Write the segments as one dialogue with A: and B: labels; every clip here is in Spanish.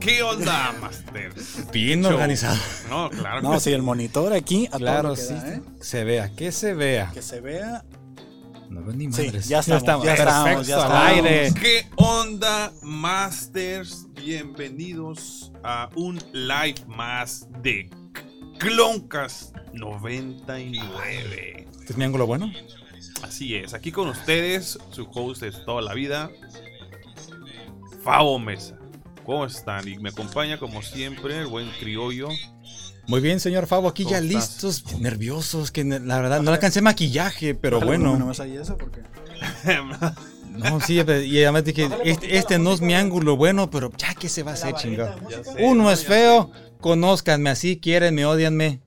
A: ¿Qué onda, Master?
B: Bien
A: Show.
B: organizado.
A: No, claro.
C: No, si el monitor aquí, a todo
B: Claro,
C: lo que
B: sí.
C: da, ¿eh?
B: Se vea, que se vea.
C: Que se vea.
B: No veo ni
C: Sí,
B: madres.
C: ya estamos, ya estamos,
B: Perfecto,
C: ya
B: al
C: estamos.
B: aire.
A: ¿Qué onda, Masters? Bienvenidos a un live más de Cloncas 99.
B: ¿Este es mi ángulo bueno?
A: Así es, aquí con ustedes, su host de toda la vida, Fabo Mesa. ¿Cómo están? Y me acompaña, como siempre, el buen criollo.
B: Muy bien, señor Fabo, aquí ya
A: ¿Cómo estás?
B: listos, nerviosos, que ne- la verdad no alcancé maquillaje, pero
C: No
B: bueno.
C: más ahí eso porque.
B: No, sí, eh, y además dije,
C: Bájale poquito
B: este,
C: la
B: este no es
C: música,
B: mi
C: güey.
B: ángulo bueno, pero ya que se va a hacer, chingado. Uno
A: no,
B: es
A: ya
B: feo, conózcanme así, quiérenme, odianme.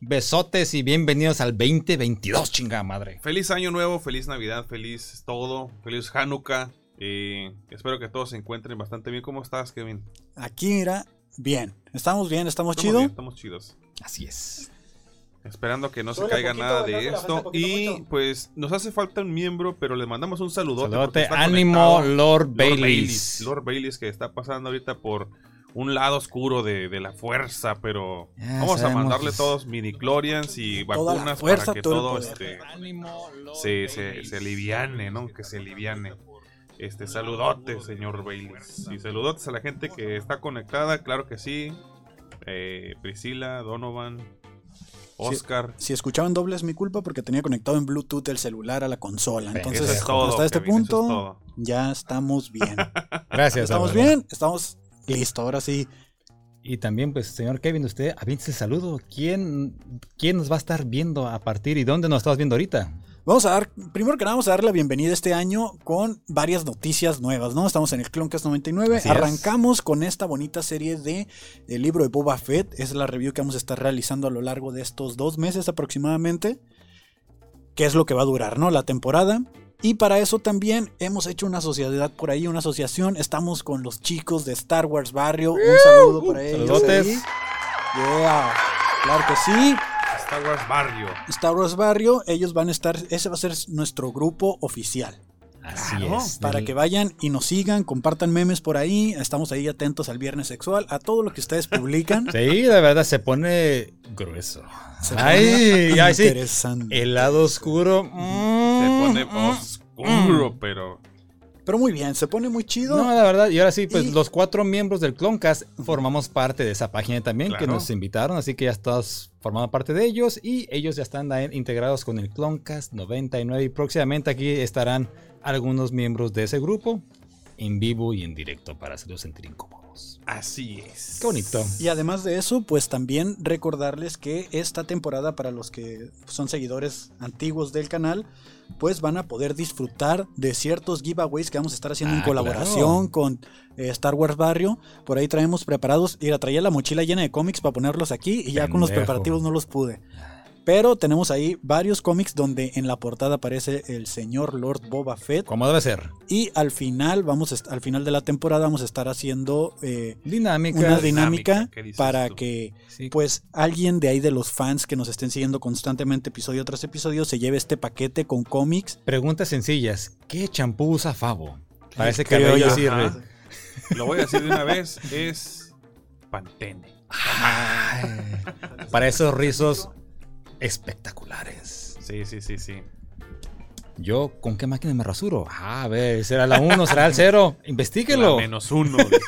B: Besotes y bienvenidos al 2022, chingada madre.
A: Feliz año nuevo, feliz Navidad, feliz todo, feliz Hanukkah. Eh, espero que todos se encuentren bastante bien. ¿Cómo estás, Kevin?
C: Aquí, mira, bien. Estamos bien, estamos,
A: Estamos
C: chido.
A: bien, estamos chidos.
B: Así es.
A: Esperando que no se
C: Súbele
A: caiga
C: poquito,
A: nada de
C: Bernardo, la
A: esto.
C: fuerza,
A: Y
C: poquito, mucho.
A: pues nos hace falta un miembro, pero le mandamos un saludote. porque
B: Saludote,
A: está
B: ánimo,
A: conectado.
B: Lord
A: Lord
B: Baileys.
A: Lord Baileys que está pasando ahorita por un lado oscuro de, de la fuerza, pero
B: Ya
A: vamos a
B: sabemos,
A: mandarle
B: pues.
A: todos mini clorians y
C: Toda la
A: vacunas
C: fuerza,
A: para que
C: todo el
A: todo
C: poder.
A: este,
B: Ánimo, Lord
A: se, se,
B: Baileys.
A: se aliviane, ¿no? Que se aliviane. Este, saludote, señor Baileys. Y saludotes a la gente que está conectada, claro que sí. Eh, Priscila, Donovan, Oscar.
C: Si escuchaban doble es mi culpa porque tenía conectado en Bluetooth el celular a la consola.
B: Venga,
C: Entonces,
A: eso es todo.
C: hasta este
A: Kevin, eso es
C: punto,
A: todo.
C: ya estamos bien.
B: Gracias.
C: estamos
B: Álvaro.
C: bien, estamos listo. Ahora sí,
B: Y también, pues, señor Kevin, usted aviente el saludo. ¿Quién, ¿Quién nos va a estar viendo a partir y dónde nos estás viendo ahorita?
C: Vamos a dar, primero que nada, vamos a dar la bienvenida este año con varias noticias nuevas, ¿no? Estamos en el Cloncast 99.
B: Así es.
C: Arrancamos con esta bonita serie de El libro de Boba Fett. Es la review que vamos a estar realizando a lo largo de estos dos meses aproximadamente. Que es lo que va a durar, ¿no? La temporada. Y para eso también hemos hecho una sociedad por ahí, una asociación. Estamos con los chicos de Star Wars Barrio. Un saludo para ellos.
B: ¡Uh! saludotes.
C: ahí. Yeah, Claro que sí.
A: Star Wars Barrio.
C: Star Wars Barrio, ellos van a estar, ese va a ser nuestro grupo oficial.
B: Así
A: Claro,
C: Para que vayan y nos sigan, compartan memes por ahí, estamos ahí atentos al viernes sexual, a todo lo que ustedes publican.
B: Sí, la verdad, se pone grueso.
C: Se
B: Ay,
C: pone
B: ay, sí. Eh,
C: Interesante.
B: El lado oscuro.
A: Se
B: mm,
A: pone
B: mm.
A: oscuro, pero
C: Pero muy bien, se pone muy chido.
B: No, la verdad, y ahora sí, pues
C: Y-
B: los cuatro miembros del Cloncast formamos parte de esa página también que
A: Claro.
B: nos invitaron, así que ya estás formando parte de ellos y ellos ya están ahí integrados con el Cloncast 99 y próximamente aquí estarán algunos miembros de ese grupo en vivo y en directo para hacerlos sentir incómodos.
A: así es.
B: Qué bonito.
C: Y además de eso, pues también recordarles que esta temporada, para los que son seguidores antiguos del canal, pues van a poder disfrutar de ciertos giveaways que vamos a estar haciendo
B: Ah,
C: en colaboración con eh, Star Wars Barrio. Por ahí traemos preparados, y la traía la mochila llena de cómics para ponerlos aquí y ya con los
B: Pendejo.
C: preparativos no los pude. Pero tenemos ahí varios cómics donde en la portada aparece el señor Lord Boba Fett.
B: Como debe ser.
C: Y al final, vamos a est- al final de la temporada vamos a estar haciendo eh,
B: Dinámica.
C: una
A: dinámica,
C: dinámica
A: ¿qué dices
C: para
A: tú?
C: que
B: Sí.
C: pues alguien de ahí de los fans que nos estén siguiendo constantemente episodio tras episodio se lleve este paquete con cómics.
B: Preguntas sencillas. ¿Qué champú usa Fabo? Parece que
C: creo
B: cabello
C: yo.
B: sirve.
A: Ajá. Lo voy a decir de una vez, es Pantene.
B: Ay, para esos rizos espectaculares.
A: Sí, sí, sí, sí.
B: Yo, ¿con qué máquina me rasuro? Ah, a ver, ¿será la 1, será el 0?
A: La
B: Investíguelo.
A: menos uno. dice.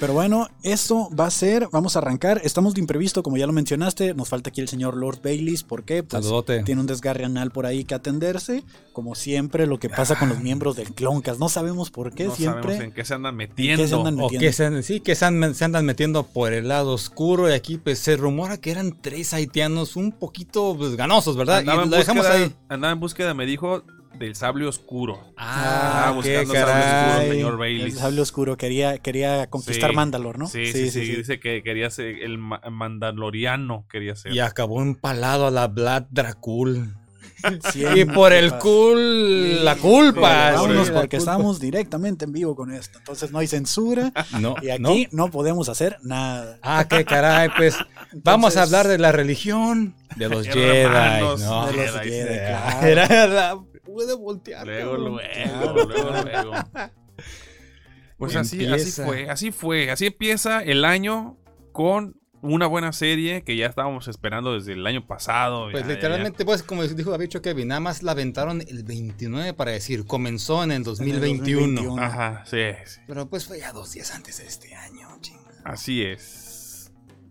C: Pero bueno, esto va a ser, vamos a arrancar, estamos de imprevisto como ya lo mencionaste, nos falta aquí el señor Lord Baileys, ¿por qué? Pues
B: Saludote.
C: tiene un desgarre anal por ahí que atenderse, como siempre lo que pasa con los miembros del Cloncast, no sabemos por qué
A: Ah. no sabemos
C: siempre
A: en qué se andan metiendo.
C: se andan-
B: O
C: metiendo.
B: que se, sí, que se, andan- se andan metiendo por el lado oscuro. Y aquí pues, se rumora que eran tres haitianos un poquito pues, ganosos, ¿verdad?
A: Andaba
B: y
A: en
B: lo dejamos
A: búsqueda-
B: ahí.
A: andaba en búsqueda, me dijo, del sable oscuro.
B: Ah,
A: Andaba
B: qué
A: buscando sable oscuro,
B: caray.
A: señor
C: el
A: Bailey.
C: sable oscuro quería quería conquistar
A: Sí,
C: Mandalor, ¿no?
A: Sí sí sí, Dice que quería ser el ma- mandaloriano. Quería ser.
B: Y acabó empalado a la Vlad Dracul.
C: Siempre
B: y por el
C: pasa.
B: cul, la
A: Ah,
B: culpa.
A: sí,
C: Vámonos
B: sí, la
C: porque
B: culpa.
C: estamos directamente en vivo con esto. Entonces no hay censura
B: No,
C: y
B: no.
C: aquí no, podemos hacer nada.
B: Ah, qué caray, pues vamos
C: Entonces-
B: a hablar de la religión, de los pues, Jedi,
A: Hermanos
B: ¿no?
C: de los
A: Jedi,
C: Jedi,
B: Eh,
A: sí.
C: claro.
B: Era la- puede voltear.
A: Luego,
B: cabrón.
A: luego, luego, luego. Pues así, así
B: Empieza.
A: fue, así fue. Así empieza el año con una buena serie que ya estábamos esperando desde el año pasado.
B: Pues
A: ya, ya,
B: literalmente, pues como dijo, había dicho Kevin, nada más la aventaron el 29 para decir, comenzó en el 2021.
C: 2021.
A: ya. Ajá, sí, sí,
B: Pero pues fue ya dos días antes de este año, chinga.
A: así es.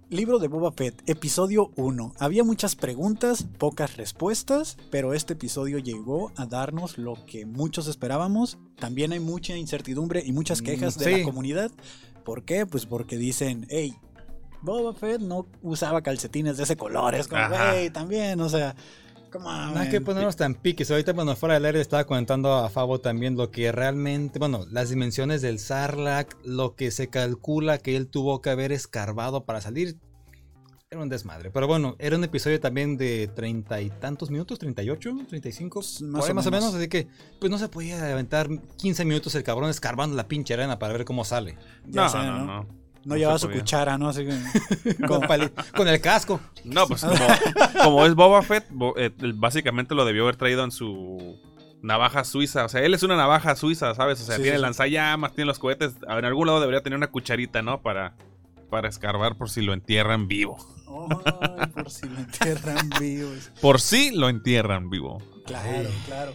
C: Libro de Boba Fett, episodio 1. Había muchas preguntas, pocas respuestas, pero este episodio llegó a darnos lo que muchos esperábamos. También hay mucha incertidumbre y muchas quejas
B: Mm,
C: de
B: sí.
C: la comunidad. ¿Por qué? Pues porque dicen, hey, Boba Fett no usaba calcetines de ese color. Es como,
A: Ajá.
C: güey, también, o sea, come on,
B: Nada que pues,
C: man".
B: ponernos tan piques. Ahorita cuando fuera del aire estaba comentando a Fabo también lo que realmente, bueno, las dimensiones del Sarlacc, lo que se calcula que él tuvo que haber escarbado para salir. Era un desmadre. Pero bueno, era un episodio también de treinta y tantos minutos, 38, 35,
C: Más
B: por ahí
C: o
B: más o menos.
C: menos.
B: Así que pues no se podía aventar 15 minutos el cabrón escarbando la pinche arena para ver cómo sale.
C: Ya
A: no,
C: sé,
A: no,
C: ¿no?
A: no,
C: No
A: se
C: llevaba su
A: podía.
C: cuchara, ¿no? Así que...
B: Con, pali- con el casco.
A: No, pues como, como es Boba Fett, bo- eh, básicamente lo debió haber traído en su navaja suiza. O sea, él es una navaja suiza, ¿sabes? O sea,
C: Sí,
A: tiene
C: sí, sí.
A: lanzallamas, tiene los cohetes. En algún lado debería tener una cucharita, ¿no? Para, para escarbar por si lo entierran vivo.
C: Ay, por si lo entierran vivos.
A: Por si lo entierran vivo.
C: Claro,
B: Ay.
C: claro.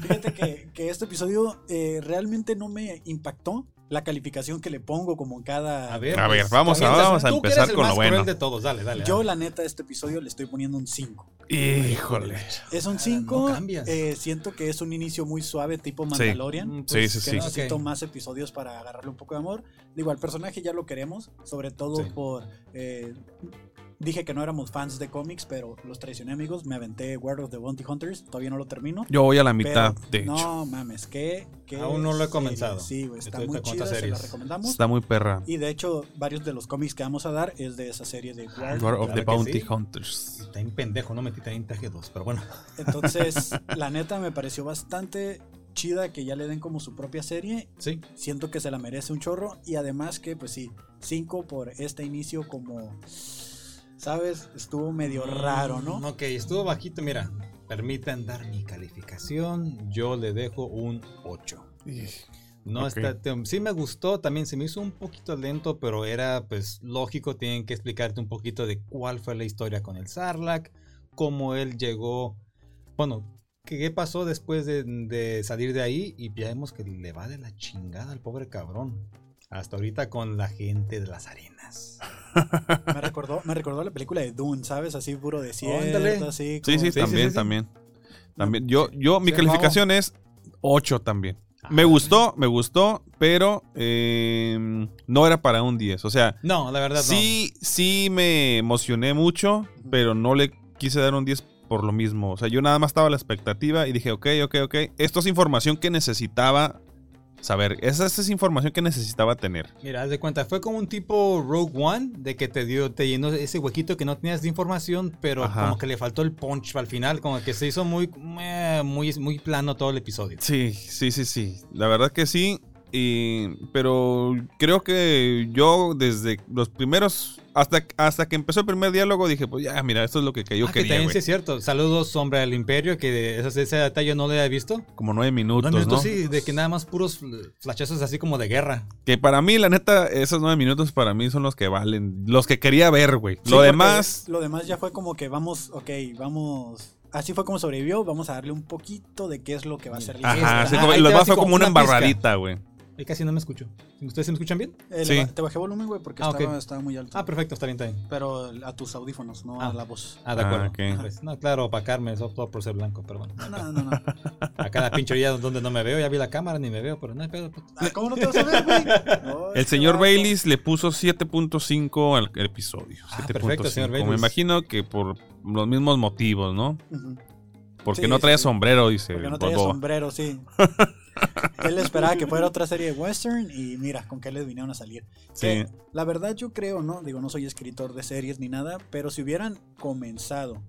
C: Fíjate que, que este episodio eh, realmente no me impactó la calificación que le pongo como cada...
A: A ver, vamos,
B: comienza.
A: vamos a
B: pues, Tú que eres
A: empezar
B: el
A: con lo
B: más
A: bueno.
B: cruel de todos, dale, dale.
C: Yo
B: dale.
C: la neta a este episodio le estoy poniendo un 5.
A: Híjole.
C: Es un
B: Ah,
C: 5.
B: no cambias.
C: siento que es un inicio muy suave tipo Mandalorian. Pues,
B: Mm,
A: Sí, sí,
C: que
A: sí.
C: necesito
B: Ok.
C: más episodios para agarrarle un poco de amor. Digo, al personaje ya lo queremos, sobre todo
B: Sí.
C: por... eh, dije que no éramos fans de cómics, pero los traicioné amigos. Me aventé World of the Bounty Hunters, todavía no lo termino.
A: Yo voy a la
C: Pero,
A: mitad, de hecho.
C: No mames, que.
B: Aún no lo he comenzado.
C: Sí, güey, está
B: Estoy
C: muy
B: con
C: chida,
B: otras
C: se la
B: series.
C: recomendamos.
A: Está muy perra.
C: Y de hecho, varios de los cómics que vamos a dar es de esa serie de Guard.
A: War of the
B: claro que
A: Bounty
B: sí.
A: Hunters.
B: Está en pendejo, no metí en traje 2, pero bueno.
C: Entonces, la neta me pareció bastante chida que ya le den como su propia serie.
B: Sí.
C: Siento que se la merece un chorro. Y además que, pues sí, 5 por este inicio como. ¿Sabes? Estuvo medio raro, ¿no?
B: Mm, Ok, estuvo bajito, mira. Permitan dar mi calificación. Yo le dejo un 8. No
A: Ok.
B: está. te- sí me gustó, también se me hizo un poquito lento, pero era pues lógico. Tienen que explicarte un poquito de cuál fue la historia con el Sarlacc, cómo él llegó. Bueno, qué, qué pasó después de, de salir de ahí. Y ya vemos que le va de la chingada al pobre cabrón. Hasta ahorita con la gente de las arenas.
C: Me recordó, me recordó la película de Dune, ¿sabes? Así puro
B: Ándale.
C: desierto, así.
A: Sí,
C: como-
A: sí,
B: sí,
A: también,
B: sí.
A: también. También. Yo, yo, mi
B: Sí,
A: calificación es 8 también. Me gustó, me gustó, pero eh, no era para un 10. O sea,
B: No, la verdad no.
A: sí, sí me emocioné mucho, pero no le quise dar un 10 por lo mismo. O sea, yo nada más estaba a la expectativa y dije, ok, ok, ok. Esto es información que necesitaba saber. Esa, esa es información que necesitaba tener.
B: Mira, haz de cuenta, fue como un tipo Rogue One de que te dio, te llenó ese huequito que no tenías de información, pero
A: Ajá.
B: como que le faltó el punch al final, como que se hizo muy, meh, muy, muy plano todo el episodio.
A: Sí, sí, sí, sí. La verdad que sí. y- pero creo que yo desde los primeros. Hasta, hasta que empezó el primer diálogo dije, pues ya, mira, esto es lo que, que yo
B: Ah, que
A: quería.
B: también sí
A: güey.
B: es cierto. Saludos, Sombra del Imperio, que ese, ese detalle no lo había visto.
A: Como nueve
B: No,
A: minutos,
B: minutos
A: ¿no?
B: sí, de que nada más puros fl- flashazos así como de guerra.
A: Que para mí, la neta, esos nueve minutos para mí son los que valen. Los que quería ver, güey. lo
C: porque
A: demás.
C: Lo demás ya fue como que vamos, ok, vamos. Así fue como sobrevivió, vamos a darle un poquito de qué es lo que va a ser la
A: Ajá,
C: fiesta.
A: así
B: Ah,
A: como,
B: ahí
A: lo
B: te va,
A: demás
B: así
A: fue
B: como
A: como una
B: una pizca.
A: embarradita, güey.
B: Ahí casi no me escucho. ¿Ustedes me escuchan bien?
C: Eh, le
A: Ah, sí.
C: ba- Te bajé volumen, güey, porque
B: Ah,
C: estaba,
B: ok.
C: estaba muy alto.
B: Ah, perfecto, está bien, está bien.
C: Pero a tus audífonos, no a
B: Ah.
C: la voz.
B: Ah, de
A: Ah,
B: acuerdo.
A: ok.
B: Pues, no, claro, opacarme, eso todo por ser blanco, pero bueno.
C: No, no, no.
B: A cada pinche orilla donde no me veo, ya vi la cámara ni me veo, pero no hay pedo. pues.
C: Ah, ¿Cómo no te vas a ver, güey? No,
A: El
C: este
A: señor
C: vato.
A: Baileys le puso 7.5 al episodio.
B: Ah,
A: 7.5.
B: perfecto, señor
A: Me
B: Baileys.
A: imagino que por los mismos motivos, ¿no?
C: Ujú,
A: Porque
C: Sí,
A: no traía
C: sí.
A: sombrero, dice
C: Porque no
A: Bob
C: traía
A: Boba.
C: sombrero, sí. Él esperaba que fuera otra serie de western y mira, con qué les vinieron a salir.
A: Sí.
C: Que, la verdad yo creo, ¿no? Digo, no soy escritor de series ni nada, pero si hubieran comenzado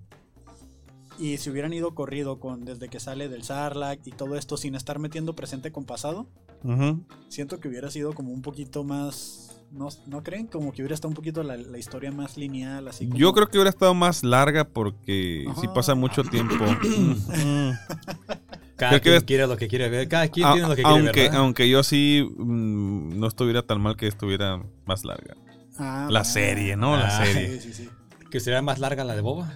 C: y si hubieran ido corrido con desde que sale del Sarlacc y todo esto sin estar metiendo presente con pasado,
A: Ujú.
C: siento que hubiera sido como un poquito más... ¿No, ¿no creen? Como que hubiera estado un poquito la, la historia más lineal, así como...
A: Yo creo que hubiera estado más larga porque
C: Ajá.
A: si
B: Ah.
A: pasa mucho tiempo. Mm.
B: Cada
A: Creo que
B: quien
A: ves-
B: quiere lo que quiere ver. Cada quien
A: A-
B: tiene lo que quiere
A: aunque,
B: ver. ¿verdad?
A: aunque yo sí mm, no estuviera tan mal que estuviera más larga.
C: Ah,
A: La
C: va.
A: serie, ¿no? La
B: Ah,
A: serie.
C: Sí, sí, sí.
B: Que será más larga la de Boba.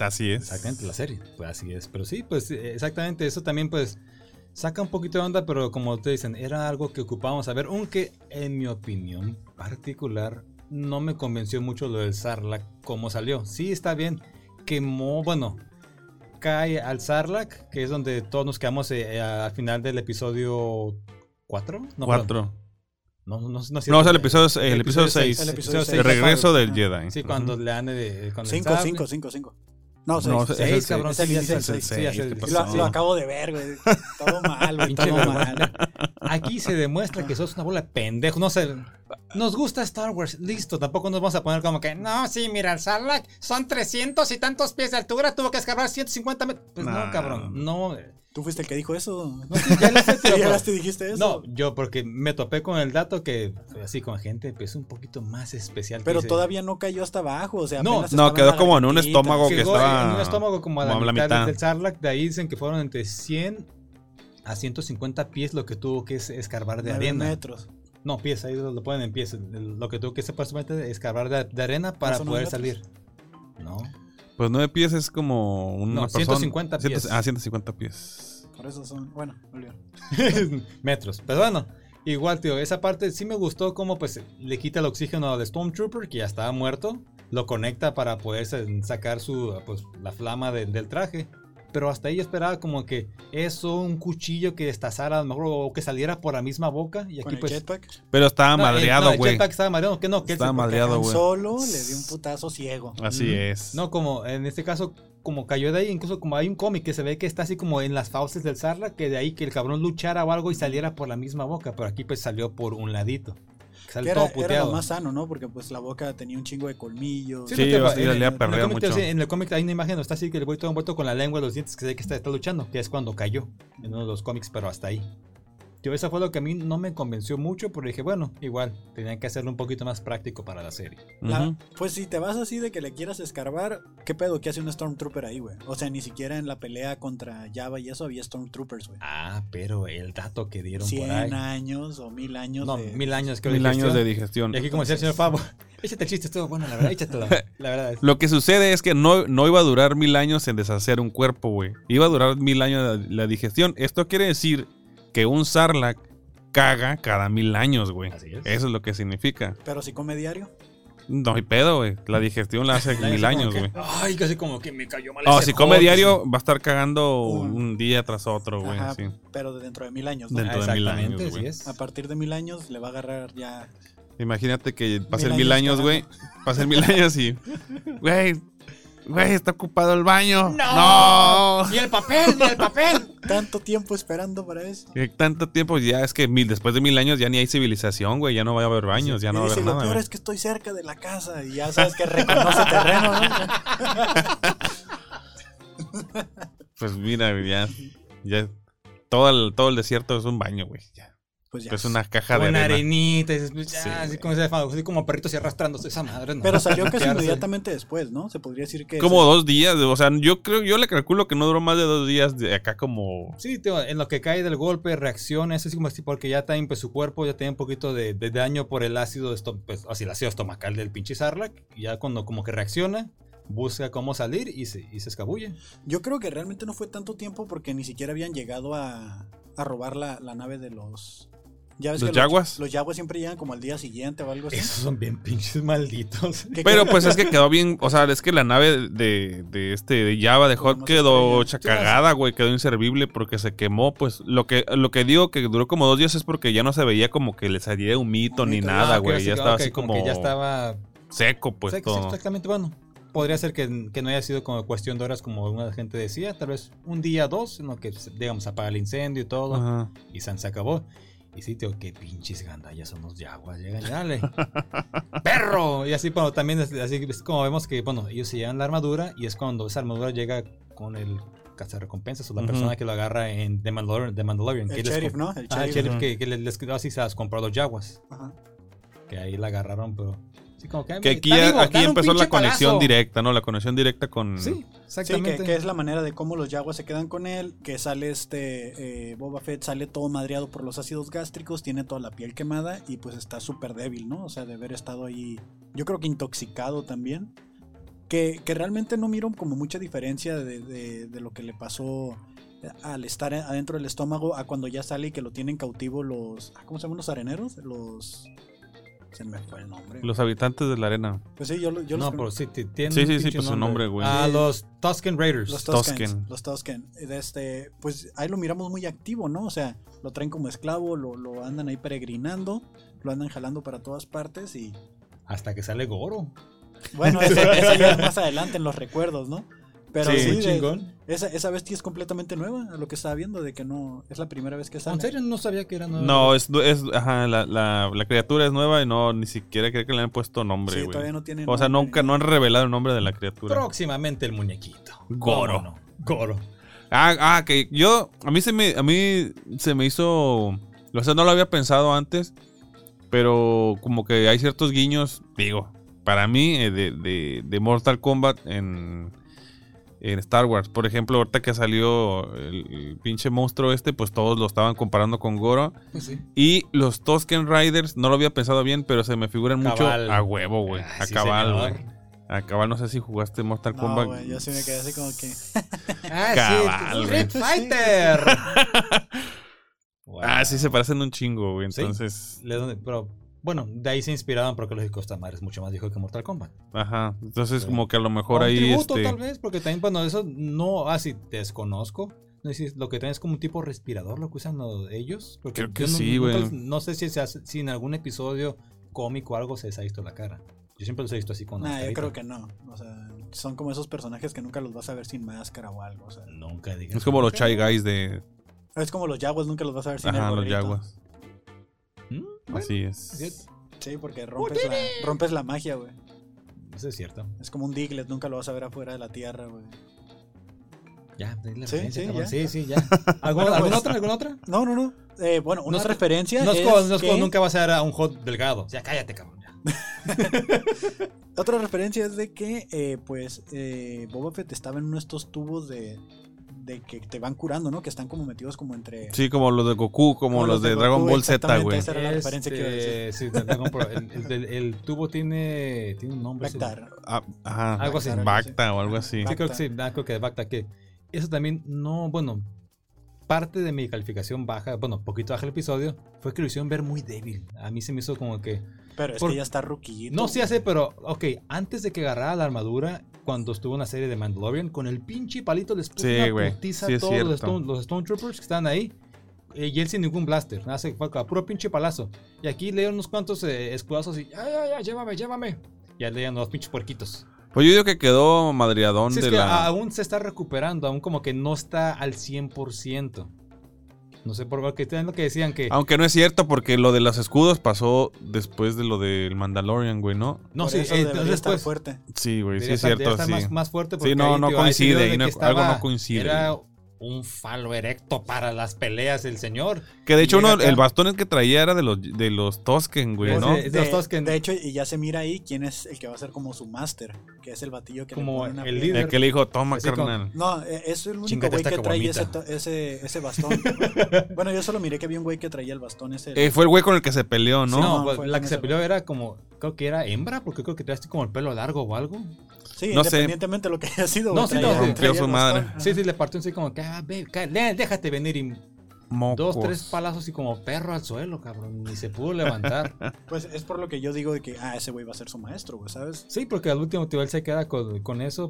A: Así es.
B: Exactamente, la serie. Pues así es. Pero sí, pues eh, exactamente. Eso también, pues, saca un poquito de onda, pero como te dicen, era algo que ocupábamos a ver. Aunque, en mi opinión particular, no me convenció mucho lo del Sarlacc como salió. Sí, está bien. Quemó, bueno, cae al Sarlacc, que es donde todos nos quedamos eh, eh, al final del episodio 4. No, perdón.
A: Cuatro.
B: No, no, no, es
A: No, o sea, el
B: cierto.
A: episodio, es- el
B: El
A: episodio
B: episodio seis.
A: 6.
C: El episodio
B: episodio
A: El
B: seis.
C: seis.
A: regreso del
C: Ah,
A: Jedi.
B: Sí, cuando
A: Ujú.
B: le dan el, con el
C: Cinco,
B: sable.
C: cinco, cinco, cinco.
A: No,
C: No, seis.
A: es el
B: Seis,
A: seis.
B: cabrón.
C: Es el
B: sí, ya sé,
C: seis,
A: el
B: sí,
A: seis,
B: ya sé.
A: ¿qué
C: Y Lo,
A: pasó?
C: lo acabo de ver, güey. Todo mal, güey.
B: Pinche
C: Todo
B: mamá.
C: mal.
B: Aquí se demuestra que sos una bola de pendejo. No sé. Nos gusta Star Wars, listo. Tampoco nos vamos a poner como que, no, sí, mira, el Sarlacc son 300 y tantos pies de altura, tuvo que escalar 150 metros. Pues
A: Nah.
B: no, cabrón, no. eh,
C: ¿Tú fuiste el que dijo eso?
B: No, sí, ya lo sé, pero- pues,
C: ¿Llegaste y dijiste eso?
B: No, yo porque me topé con el dato que, así, con gente, pues un poquito más especial. que
C: Pero
B: dice,
C: todavía no cayó hasta abajo, o sea,
B: No,
C: apenas
A: no,
C: estaba
A: quedó
C: la
A: como en un
C: gargantita.
A: estómago que
B: Llegó
A: estaba-
B: en un estómago como a la,
A: como a la
B: mitad,
A: mitad.
B: del Sarlacc. De ahí dicen que fueron entre 100 a 150 pies lo que tuvo que es- escarbar de
C: Nueve
B: arena.
C: metros.
B: No, pies, ahí lo ponen en pies. Lo que tuvo que hacer es escarbar de, de arena para
C: son
B: poder
C: los
B: salir. No.
A: Pues 9 pies es como una
B: No,
A: persona.
B: 150 pies.
A: Ah, 150 pies.
C: Por eso son, bueno, olvidar.
B: Metros. Pero bueno, igual, tío, esa parte sí me gustó como pues le quita el oxígeno al Stormtrooper, que ya estaba muerto. Lo conecta para poder sa- sacar su, pues, la flama del- del traje. Pero hasta ahí yo esperaba como que eso, un cuchillo que destazara a lo mejor o que saliera por la misma boca. Y
C: Con
B: aquí
C: el
B: pues...
C: jetpack.
A: Pero estaba
B: No, el- no,
A: madreado,
B: el
A: güey.
B: jetpack estaba madreado. Que no, que él se-
A: Estaba madreado,
C: Han
A: güey.
C: Solo le dio un putazo ciego.
A: Así
B: Ujú.
A: es.
B: No, como en este caso, como cayó de ahí, incluso como hay un cómic que se ve que está así como en las fauces del Sarla, que de ahí que el cabrón luchara o algo y saliera por la misma boca, pero aquí pues salió por un ladito. Sale
C: Que era,
B: todo
C: era
B: puteado.
C: lo más sano, ¿no? Porque pues la boca tenía un chingo de colmillos.
A: Sí,
B: porque
A: o sea,
B: en-
A: le
B: en el
A: perrea
B: cómic te-
A: mucho.
B: En el cómic hay una imagen donde está así que el güey todo envuelto con la lengua y los dientes que se ve que está, está luchando, que es cuando cayó en uno de los cómics, pero hasta ahí. Tío, eso fue lo que a mí no me convenció mucho, pero dije, bueno, igual, tenían que hacerlo un poquito más práctico para la serie.
C: La-
A: Ujú.
C: Pues si te vas así de que le quieras escarbar, ¿qué pedo que hace un Stormtrooper ahí, güey? O sea, ni siquiera en la pelea contra Java y eso había Stormtroopers, güey.
B: Ah, pero el dato que dieron por
C: 100
B: ahí.
C: años o mil años.
B: No,
C: de-
B: mil años creo
A: Mil años de
B: digestión.
A: digestión.
B: Y aquí como decía el señor Pavo, échate el chiste, estuvo bueno, la verdad, échatelo. La verdad.
A: Lo que sucede es que no, no iba a durar mil años en deshacer un cuerpo, güey. Iba a durar mil años la, la digestión. Esto quiere decir que un Sarlacc caga cada mil años, güey.
B: Así es.
A: Eso es lo que significa.
C: Pero si come diario.
A: No hay pedo, güey. La digestión la hace mil años, güey.
B: Ay, casi como que me cayó mal.
A: Oh,
B: ese Ah,
A: si come
B: hot.
A: diario, va a estar cagando
C: Mm.
A: un día tras otro, güey.
C: Ajá,
A: así.
C: pero de dentro de mil años, ¿no?
A: Dentro Oh, de mil años,
B: Exactamente, así
A: güey.
B: es.
C: A partir de mil años le va a agarrar ya.
A: Imagínate que pasen
C: Mil
A: mil
C: años
A: años, güey. Pasen mil años y. Güey, güey, está ocupado el baño. ¡No!
B: ¡Y el papel! ¡Y el papel!
C: Tanto tiempo esperando para eso.
A: Y Tanto tiempo, ya es que mil, después de mil años ya ni hay civilización, güey. Ya no va a haber baños, ya
C: Y
A: no va a
C: dice,
A: haber
C: lo
A: nada.
C: peor
A: güey.
C: es que estoy cerca de la casa y ya sabes que reconoce terreno, ¿no?
A: Pues mira, güey, ya. ya todo, el, todo el desierto es un baño, güey. ya.
C: Pues ya.
A: Es una caja de
B: Con
A: arena.
B: arenita. y dices, pues, ya,
A: Sí,
B: así,
A: güey.
B: como se llama, así como perritos y arrastrándose esa madre. ¿no?
C: Pero salió casi
B: Limpiarse.
C: inmediatamente después, ¿no? Se podría decir que.
A: Como dos días, o sea, yo creo, yo le calculo que no duró más de dos días de acá como.
B: Sí, tío, en lo que cae del golpe, reacciona, eso es como así, porque ya también pues, su cuerpo ya tenía un poquito de, de daño por el ácido, esto- pues, así, el ácido estomacal del pinche Sarlacc, y ya cuando como que reacciona, busca cómo salir y se, y se escabulle.
C: Yo creo que realmente no fue tanto tiempo porque ni siquiera habían llegado a, a robar la, la nave de los. ¿Ya ves
A: ¿Los
C: que
A: yaguas?
C: Los yaguas siempre llegan como al día siguiente o algo así.
B: Esos son bien pinches malditos.
C: Que
A: Pero
C: creo-
A: pues es que quedó bien, o sea, es que la nave de, de este de Java de
C: Como
A: Hot
C: más
A: quedó
C: estrellas.
A: chacagada, güey, quedó inservible porque se quemó, pues lo que lo que digo que duró como dos días es porque ya no se veía como que le salía un mito ni
C: Humito,
A: nada,
B: Ah, ok,
A: güey,
B: así
A: ya
B: que-
A: estaba
B: ok,
A: así como,
B: que ya estaba
A: seco, pues
B: o sea, que sí,
A: todo.
B: exactamente bueno. Podría ser que, que no haya sido como cuestión de horas como alguna gente decía, tal vez un día dos, en lo que digamos apaga el incendio y todo,
A: Ajá.
B: y San se acabó. Y sí, tío, qué pinches gandallas son los yaguas, llegan y dale. ¡Perro! Y así bueno, también es, así es como vemos que bueno, ellos se llevan la armadura y es cuando esa armadura llega con el cazarrecompensas o la
A: Ujú.
B: persona que lo agarra en The Mandalorian, The Mandalorian
C: El
B: que les
C: sheriff,
B: comp-
C: ¿no? El
B: Ah, el
C: sheriff.
B: sheriff
A: Ujú.
B: que, que les, les- así se las compró a los yaguas,
C: Ajá.
B: que ahí la agarraron, pero Así como que,
A: Que aquí,
B: "Está
A: ya-
B: vivo,
A: aquí
B: dale un
A: empezó
B: pinche
A: la conexión
B: palazo".
A: directa, ¿no? La conexión directa con.
B: Sí,
C: Sí,
B: exactamente.
C: que, que es la manera de cómo los yaguas se quedan con él, que sale este eh, Boba Fett, sale todo madreado por los ácidos gástricos, tiene toda la piel quemada y pues está súper débil, ¿no? O sea, de haber estado ahí, yo creo que intoxicado también. Que, que realmente no miro como mucha diferencia de, de- de lo que le pasó al estar adentro del estómago a cuando ya sale y que lo tienen cautivo los... ah, ¿Cómo se llaman los areneros? Los... Se me fue el nombre.
A: Los habitantes de la arena.
C: Pues sí, yo, lo- yo
B: No,
C: los
B: pero sí, ti- tiene
A: Sí,
B: un
A: sí, sí,
B: pinche
A: pues su nombre, güey.
B: Ah, los Tusken Raiders.
C: Los Toskens.
A: Tosken.
C: Los Tosken. De Este, pues ahí lo miramos muy activo, ¿no? O sea, lo traen como esclavo, lo, lo andan ahí peregrinando, lo andan jalando para todas partes y.
B: Hasta que sale Goro.
C: Bueno, eso, eso ya es más adelante en los recuerdos, ¿no? Pero
A: Sí.
C: sí,
A: Muy
C: de-
B: chingón.
C: esa, esa bestia es completamente nueva a lo que estaba viendo, de que no. Es la primera vez que sale.
B: En serio, no sabía que era nuevo.
A: No, es, es ajá, la, la, la criatura es nueva y no ni siquiera creo que le han puesto nombre,
C: Sí,
A: güey.
C: todavía no tiene.
A: o sea,
C: nombre.
A: nunca no han revelado el nombre de la criatura.
B: Próximamente el muñequito.
A: Goro.
B: ¿Cómo no? Goro.
A: Ah, ah, que yo a mí se me a mí se me hizo, o sea, no lo había pensado antes, pero como que hay ciertos guiños, digo, para mí eh, de, de- de Mortal Kombat en en Star Wars, por ejemplo, ahorita que salió el, el pinche monstruo este, pues todos lo estaban comparando con Goro.
B: Pues sí.
A: Y los Tosken Riders, no lo había pensado bien, pero se me figuran mucho
B: Cabal.
A: a huevo, güey.
B: Ah,
A: a
B: sí,
A: cabal,
B: señor.
A: güey. A cabal, no sé si jugaste Mortal
C: No,
A: Kombat.
C: güey, yo sí me quedé así como que.
B: Ah,
A: Cabal,
B: sí.
A: güey.
B: Street Fighter. Wow.
A: Ah, sí, se parecen un chingo, güey.
B: Sí.
A: Entonces,
B: Le dan- Pero bueno, de ahí se inspiraban porque lógico esta madre es mucho más viejo que Mortal Kombat.
A: ajá. Entonces,
B: Sí.
A: como que a lo mejor
B: Por
A: ahí.
B: tributo
A: este,
B: tal vez, porque también, bueno, eso no, ah, sí, desconozco. No sé si lo que traen es como un tipo respirador lo que usan lo- ellos. Porque
A: Creo que
B: yo no-
A: sí, güey.
B: nunca- No sé si, se hace- si en algún episodio cómico o algo se les ha visto la cara. Yo siempre los he visto así con
C: Nah, Ah, yo
B: mascarita.
C: creo que no. O sea, son como esos personajes que nunca los vas a ver sin máscara o algo. O sea,
B: Nunca digas.
A: Es como los
B: nunca.
A: Chai Guys de.
C: es como los yaguas, nunca los vas a ver sin el
A: Ajá, los
C: gorrito.
A: Jaguars.
B: Mm, bueno,
A: Así es.
C: Sí, porque rompes la, rompes la magia, güey.
B: Eso es cierto.
C: Es como un Diglett, nunca lo vas a ver afuera de la tierra, güey.
B: Ya, di la
C: Sí,
B: referencia,
C: sí,
B: cabrón.
C: ya.
B: sí, sí, ya. ¿Algún-
C: Bueno,
B: ¿Alguna
C: pues.
B: otra? ¿Alguna otra?
C: No, no, no. Eh, bueno, una
B: No es-
C: referencia.
B: No es
C: es
B: como- no es como
C: que-
B: nunca vas a ser a un hot delgado. Ya cállate, cabrón. ya.
C: Otra referencia es de que, eh, pues, eh, Boba Fett estaba en uno de estos tubos de, de que te van curando, ¿no? Que están como metidos como entre.
A: Sí, como los de Goku, como, los de
C: Goku,
A: Dragon Ball Z,
C: exactamente,
A: güey.
C: Esa era la referencia que iba a decir.
B: Este, sí, te la compro. El, el- el- el tubo tiene, tiene un nombre. pues sí.
C: Bactar.
A: Ah, Ajá.
B: Algo así.
A: Bacta o algo así.
B: Sí, creo que sí, ah, creo que de Bacta, que eso también no, bueno, parte de mi calificación baja, bueno, poquito baja el episodio, fue que lo hicieron ver muy débil. A mí se me hizo como que,
C: Pero es
B: Por-
C: que ya está ruquillito.
B: no, sí hace, pero, ok, antes de que agarrara la armadura, cuando estuvo en la serie de Mandalorian, con el pinche palito les puso
A: Sí,
B: una
A: güey,
B: putiza
A: sí
B: a
A: es
B: todos los,
A: cierto.
B: Stone- los Stormtroopers que están ahí. eh, Y él sin ningún blaster, nada, se fue a puro pinche palazo. Y aquí le dieron unos cuantos eh, escudazos y, ya, ya, ya, llévame, llévame. Ya le dieron los pinches puerquitos.
A: Pues yo digo que quedó madriadón
B: Sí, es
A: de
B: que ah,
A: la.
B: aún se está recuperando, aún como que no está al 100%. No sé por qué, es lo que decían que...
A: Aunque no es cierto, porque lo de los escudos pasó después de lo del Mandalorian, güey, ¿no?
B: no,
C: Por
B: sí,
C: eso
B: eh,
C: debería
B: entonces
C: estar
B: pues,
C: fuerte.
A: Sí, güey, sí
B: debería
A: es
B: estar- debería
A: cierto,
B: estar
A: sí.
B: más, más fuerte
A: Sí,
B: porque
A: no,
B: ahí,
A: no
B: tío, ahí se vio
A: coincide,
B: de
A: y no-
B: que
A: algo no
B: estaba-
A: coincide.
B: Era un falo erecto para las peleas el señor.
A: Que de
B: Y
A: hecho
B: llega
A: uno,
B: acá.
A: el bastón que traía era de los de los Tosken, güey,
B: Pues,
A: ¿no?
B: eh,
C: De,
B: Los Tosken.
C: de hecho, y ya se mira ahí quién es el que va a ser como su máster, que es el batillo que
B: Como
C: le pone una
B: el
C: piedra.
A: El
B: líder.
A: que le dijo, toma,
B: Así como-
A: carnal.
C: No, eh, es el único
B: Chíngate
C: güey
B: esta
C: que trae ese,
B: caguamita.
C: to- ese, ese bastón. bueno, yo solo miré que había un güey que traía el bastón ese.
A: Eh, fue el güey con el que se peleó,
B: Sí,
A: ¿no?
B: No,
C: No,
B: pues,
C: fue
B: la
C: con
B: que se
C: ese-
B: peleó era como, creo que era hembra, porque creo que traía así como el pelo largo o algo.
C: sí,
A: no sé.
C: independientemente de lo que haya sido.
B: No,
C: güey,
B: sí, no,
C: traía-
B: sí.
C: traía el
A: Rompió su
C: bastón.
A: madre.
B: Sí, sí, le partió así como que, ah, ve, ca- le- déjate venir y
A: Mocos.
B: dos, tres palazos y como perro al suelo, cabrón. Ni se pudo levantar.
C: Pues es por lo que yo digo de que, ah, ese güey va a ser su maestro, güey, ¿sabes?
B: Sí, porque al último, tío, él se queda con, con eso.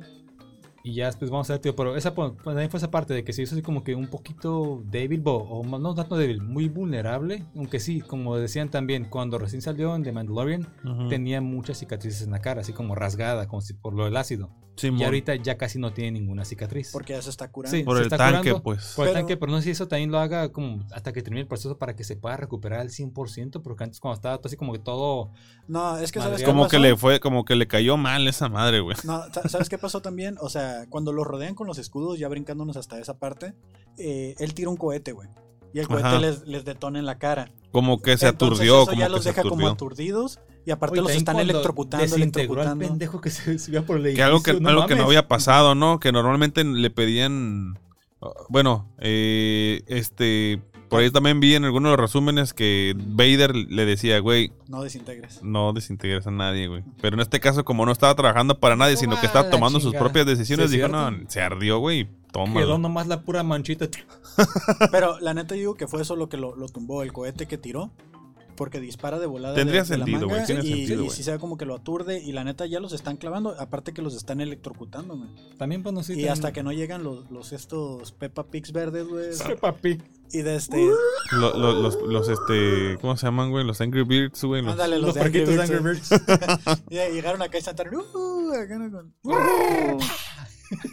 B: Y ya después vamos a ver, tío. Pero esa po- pues, también fue esa parte de que se hizo así como que un poquito débil, bo- o más- no tanto débil, muy vulnerable. Aunque sí, como decían también, cuando recién salió en The Mandalorian,
A: Ujú.
B: tenía muchas cicatrices en la cara, así como rasgada, como si por lo del ácido.
A: Simón.
B: Y ahorita ya casi no tiene ninguna cicatriz.
C: Porque ya se está curando.
B: Sí,
A: Por
B: se
A: el
B: está
A: tanque,
B: curando
A: pues.
B: Por el
C: Pero-
B: tanque, pero no sé si eso también lo haga como hasta que termine el proceso para que se pueda recuperar al 100%, porque antes cuando estaba todo así como que todo...
C: No, es que, ¿sabes
B: Madre,
C: qué
A: Como que
C: pasó?
A: le fue, como que le cayó mal esa madre, güey.
C: No, sa- ¿sabes qué pasó también? O sea, cuando los rodean con los escudos, ya brincándonos hasta esa parte, eh, él tira un cohete, güey. y el cohete
A: Ajá.
C: les, les detona en la cara.
A: Como que se
C: Entonces,
A: aturdió,
C: eso
A: como
C: ya
A: que
C: los
A: se
C: deja
A: aturdió.
C: como aturdidos y aparte
B: Oye,
C: los
B: también
C: están
B: cuando
C: electrocutando,
B: desintegró al
C: electrocutando.
B: pendejo que se subía por el
A: Que algo que,
B: edificio, no
A: algo que no
B: mames.
A: había pasado, ¿no? Que normalmente le pedían. uh, Bueno, eh, este. Por ahí también vi en algunos de los resúmenes que Vader le decía, güey,
C: No desintegres.
A: no desintegres a nadie, güey. Pero en este caso, como no estaba trabajando para nadie, sino que estaba
B: la
A: tomando sus
B: chingada.
A: propias decisiones,
B: Sí, es
A: dijo,
B: cierto.
A: no, se ardió, güey, toma.
B: Quedó nomás la pura manchita.
C: Pero la neta digo que fue eso lo que lo, lo tumbó, el cohete que tiró. Porque dispara de volada. de-
A: Tendría
C: de la
A: sentido, güey,
C: manga
A: tiene
C: y-
A: sentido,
C: Y
A: güey.
C: si se ve como que lo aturde. Y la neta ya los están clavando. Aparte que los están electrocutando, güey.
B: También bueno, sí.
C: Y hasta que no llegan los, los estos Peppa Pigs verdes, güey.
B: papi.
C: Y de este.
A: Lo- lo- los, los, este, ¿cómo se llaman, güey? Los Angry Birds, güey. los-
C: Ándale, los,
B: Los
C: de Angry
B: parquitos de
C: Birds, ¿eh?
B: Angry
C: güey.
B: Birds.
C: Ya llegaron acá y saltaron. "Uh", acá, ¿no? Con- Oh,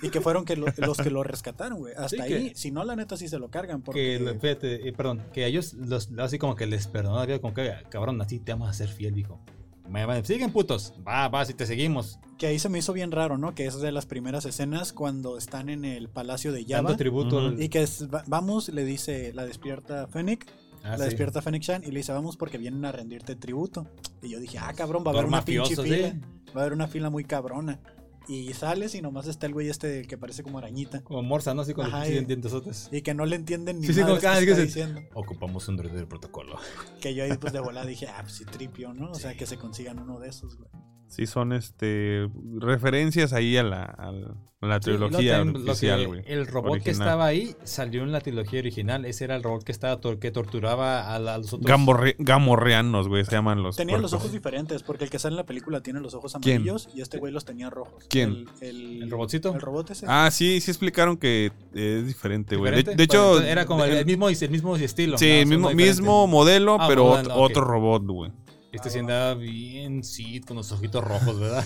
C: y que fueron que lo- los que lo rescataron, güey. Hasta
B: Sí, que-
C: ahí. Si no, la neta sí se lo cargan. Porque
B: Que, le- fíjate, eh, perdón, que a ellos los, así como que les perdonó la vida, como que cabrón, así te vamos a ser fiel, dijo. Me van, siguen putos, va, va, si te seguimos.
C: que ahí se me hizo bien raro, ¿no? Que es de las primeras escenas cuando están en el palacio de
B: Dando
C: Java.
B: tributo
A: Ujú.
B: al-
C: Y que es, va- vamos, le dice, la despierta Fennec,
B: Ah,
C: la
B: sí.
C: despierta Fennec Chan y le dice, vamos porque vienen a rendirte tributo. Y yo dije, ah, cabrón, va a
B: Dos
C: haber una pinche
B: mafiosos,
C: fila.
B: ¿eh?
C: Va a haber una fila muy cabrona. Y sales y nomás está el güey este que parece como arañita.
B: Como Morsa, ¿no? Así con
C: Ajá,
B: los
C: y-
B: pinches dientesotes.
C: Y que no le entienden ni
B: Sí, sí,
C: madres
B: como que, ah,
C: que
B: es que
C: está
B: se-
C: diciendo.
B: Ocupamos un verdadero protocolo.
C: Que yo ahí pues de volada dije, ah, pues sí, tripio, ¿no? O sea, que se consigan uno de esos,
B: Pues,
C: güey.
A: Sí, son este referencias ahí a la, a la- a la
B: Sí, luego
A: trilogía
B: también lo que-
A: oficial, güey.
B: El robot que
A: original.
B: estaba ahí salió en la trilogía original. Ese era el robot que estaba tor- que torturaba a, la- a los otros.
A: Gamborre- gamorreanos, güey, se llaman los.
C: Tenía los
A: puercos.
C: ojos diferentes, porque el que sale en la película tiene los ojos
A: ¿Quién?
C: amarillos y este güey los tenía rojos.
A: ¿Quién?
C: El, el,
B: ¿El robotcito?
C: El robot ese.
A: Ah, sí, sí explicaron que eh, es diferente, güey. De,
B: ¿Diferente?
A: de
B: Pero
A: hecho,
B: entonces era como el, el mismo, el mismo estilo.
A: Sí,
B: nada más
A: mismo,
B: uno diferente.
A: mismo modelo,
B: Ah,
A: pero
B: modelo,
A: ot-
B: ok.
A: otro robot, güey.
B: Este sí andaba bien, sí, con los ojitos rojos, ¿verdad?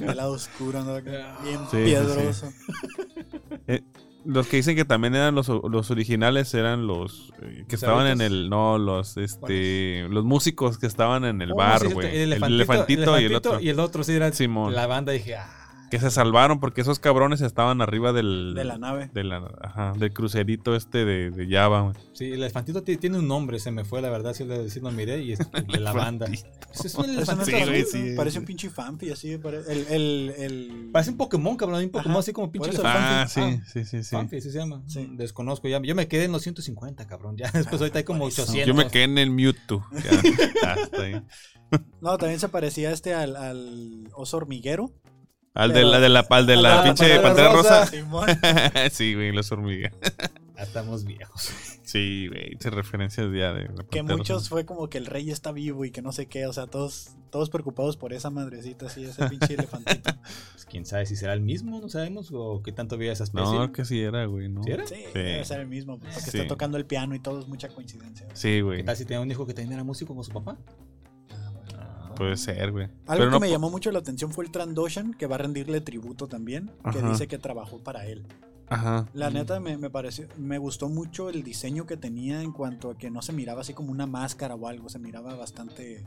C: El lado oscuro, ¿no? Bien
A: Sí, sí, sí.
C: piedroso.
A: Los que dicen que también eran los, o- los originales eran los eh, que
B: ¿Los
A: estaban en
B: adultos?
A: el no los este los músicos que estaban en el
B: Oh,
A: bar,
B: sí,
A: güey.
B: El, elefantito,
A: y el otro.
B: Y el otro sí era
A: Simón.
B: la banda. Dije, ah,
A: Que se salvaron porque esos cabrones estaban arriba del
C: De la nave.
A: de la- ajá, del crucerito este de, de Java, güey.
B: sí, el elefantito ti- tiene un nombre, se me fue, la verdad, si lo, sí lo miré. Y es de la banda. Ese Es un
C: Parece un
B: elefantito
A: Sí, güey,
C: azul,
A: sí,
C: ¿no?
A: sí.
C: Parece un pinche fanfi, así. pare- El, el, el...
B: Parece un Pokémon, cabrón. Un Pokémon
C: Ajá,
B: así como pinche
C: por eso el
B: elefante.
A: Ah, sí,
B: Fanfi.
A: sí, sí, sí.
B: Fanfi, así se llama.
C: Sí.
B: Desconozco ya. Yo me quedé en los 150, cabrón. Ya después ahorita hay como
C: por eso.
B: 800.
A: Yo me quedé en el Mewtwo. Ya, hasta ahí.
C: No, también se parecía este al, al oso hormiguero.
A: Al de
C: Pero-
A: la, de la, al de la
B: Ah,
A: pinche pantera
B: Pantera
A: rosa.
C: Simón.
A: sí, güey, las hormigas.
B: Ya estamos viejos.
A: Sí, güey, se referencias ya de la
C: Que
A: Pantera
C: muchos
A: Rosa.
C: fue como que el rey está vivo y que no sé qué, o sea, todos, todos preocupados por esa madrecita, así, ese pinche elefantito.
B: Pues, quién sabe si será el mismo, no sabemos. O qué tanto había esa especie.
A: No, que sí era, güey, ¿no?
B: ¿Sí era?
C: Sí, debe ser el mismo, porque
A: Sí.
C: está tocando el piano y todo es mucha coincidencia.
A: Sí,
B: ¿Qué
A: güey.
B: tal si tenía un hijo que también era músico como su papá? Pues,
A: Puede ser, güey.
C: Ah, Algo
A: Pero
C: que
A: no
C: me
A: po-
C: llamó mucho la atención fue el Trandoshan, que va a rendirle tributo también, que
A: Ajá.
C: dice que trabajó para él.
A: Ajá.
C: La neta me, me pareció, me gustó mucho el diseño que tenía en cuanto a que no se miraba así como una máscara o algo, se miraba bastante.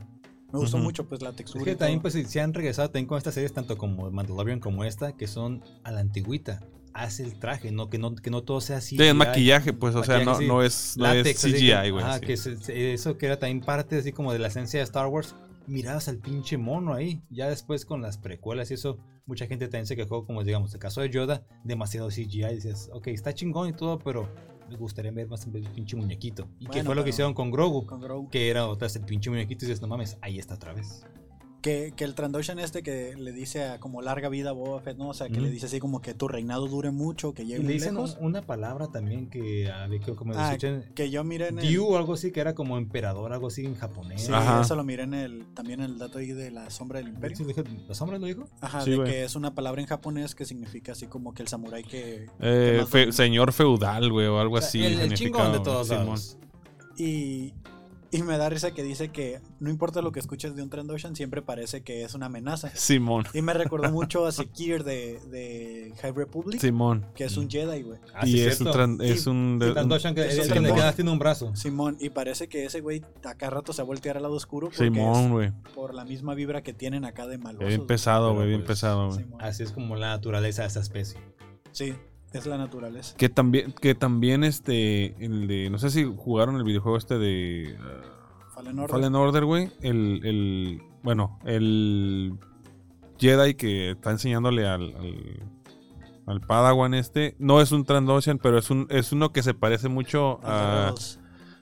C: Me gustó
A: Ujú.
C: mucho pues la textura.
B: Es que
C: y
B: también
C: todo.
B: pues se han regresado también con estas series tanto como Mandalorian como esta que son a la antigüita. Hace el traje, no que no que no todo sea así.
A: Sí, es maquillaje, pues, o sea,
B: maquillaje,
A: no,
B: sí.
A: no es, no
B: látex, así
A: es
B: que-
A: CGI, güey.
B: Ah,
A: sí.
B: que se- se- eso que era también parte así como de la esencia de Star Wars. Mirabas al pinche mono ahí. Ya después con las precuelas y eso, mucha gente también se quejó, como digamos, el caso de Yoda, demasiado CGI. Dices, ok, está chingón y todo, pero me gustaría ver más el pinche muñequito. Y que
C: Bueno,
B: fue lo que
C: pero-
B: hicieron con Grogu.
C: Con Grogu.
B: que era otra vez el pinche muñequito y dices, no mames, ahí está otra vez.
C: Que, que el Trandoshan este que le dice a como larga vida a Boba Fett, ¿no? O sea, que
B: Ujú.
C: le dice así como que tu reinado dure mucho, que
B: Y
C: llegue
B: le
C: muy
B: dicen
C: lejos.
B: un- una palabra también que a ver, creo que me lo
C: Ah,
B: escuché,
C: Que yo miré en el...
B: Diu o algo así, que era como emperador, algo así en japonés. Ah,
C: Sí,
A: Ajá.
C: eso lo miré en el, también en el dato ahí de la sombra del imperio.
B: Sí, dije, ¿Los hombres lo dijo?
C: Ajá,
A: Sí,
C: de
A: güey.
C: que es una palabra en japonés que significa así como que el samurái que...
A: Eh,
C: ¿Qué más?
A: fe- señor feudal, güey, o algo
B: O sea,
A: así.
B: el, el chingón de
A: significaba,
B: todos
A: Simón.
B: lados.
C: Y, y me da risa que dice que no importa lo que escuches de un Trandoshan, siempre parece que es una amenaza.
A: Simón.
C: Y me recordó mucho a Sekir de, de High Republic,
A: Simón.
C: que es un Jedi, güey.
B: Ah, sí,
A: y es un,
B: cierto.
A: tran- es
C: Sí,
A: un,
B: Sí,
A: un-
B: Trandoshan, que es
C: es
B: el que le
C: Simón.
B: quedaste en un brazo.
C: Simón, y parece que ese güey acá rato se va a voltear al lado oscuro porque
A: Simón, güey.
C: es por la misma vibra que tienen acá de malosos.
A: Bien pesado,
B: Pero
A: güey, bien
B: pues,
A: pesado, güey.
C: Simón.
B: Así es como la naturaleza de esta especie.
C: Sí, Es la naturaleza.
A: Que también, que también este, el de, no sé si jugaron el videojuego este de
C: Fallen
A: uh,
C: Order.
A: Fallen Order, güey. El, el, bueno, el Jedi que está enseñándole al, al, al Padawan este. No es un Transdocean, pero es, un, es uno que se parece mucho a,
C: Rebels.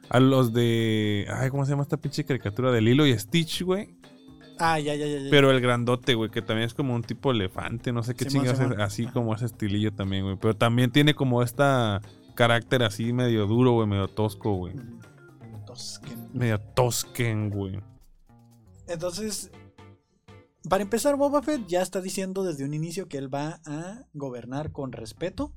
A: a los de, ay, ¿cómo se llama esta pinche caricatura? De Lilo y Stitch, güey.
C: Ah, ya, ya, ya. ya.
A: Pero el grandote, güey, que también es como un tipo elefante, no sé qué
C: Simón,
A: chingados, es,
C: Simón.
A: así
C: Ajá.
A: como ese estilillo también, güey. Pero también tiene como esta carácter así medio duro, güey, medio tosco, güey.
C: Mm. Tosquen.
A: Medio tosquen, güey.
C: Entonces, para empezar, Boba Fett ya está diciendo desde un inicio que él va a gobernar con respeto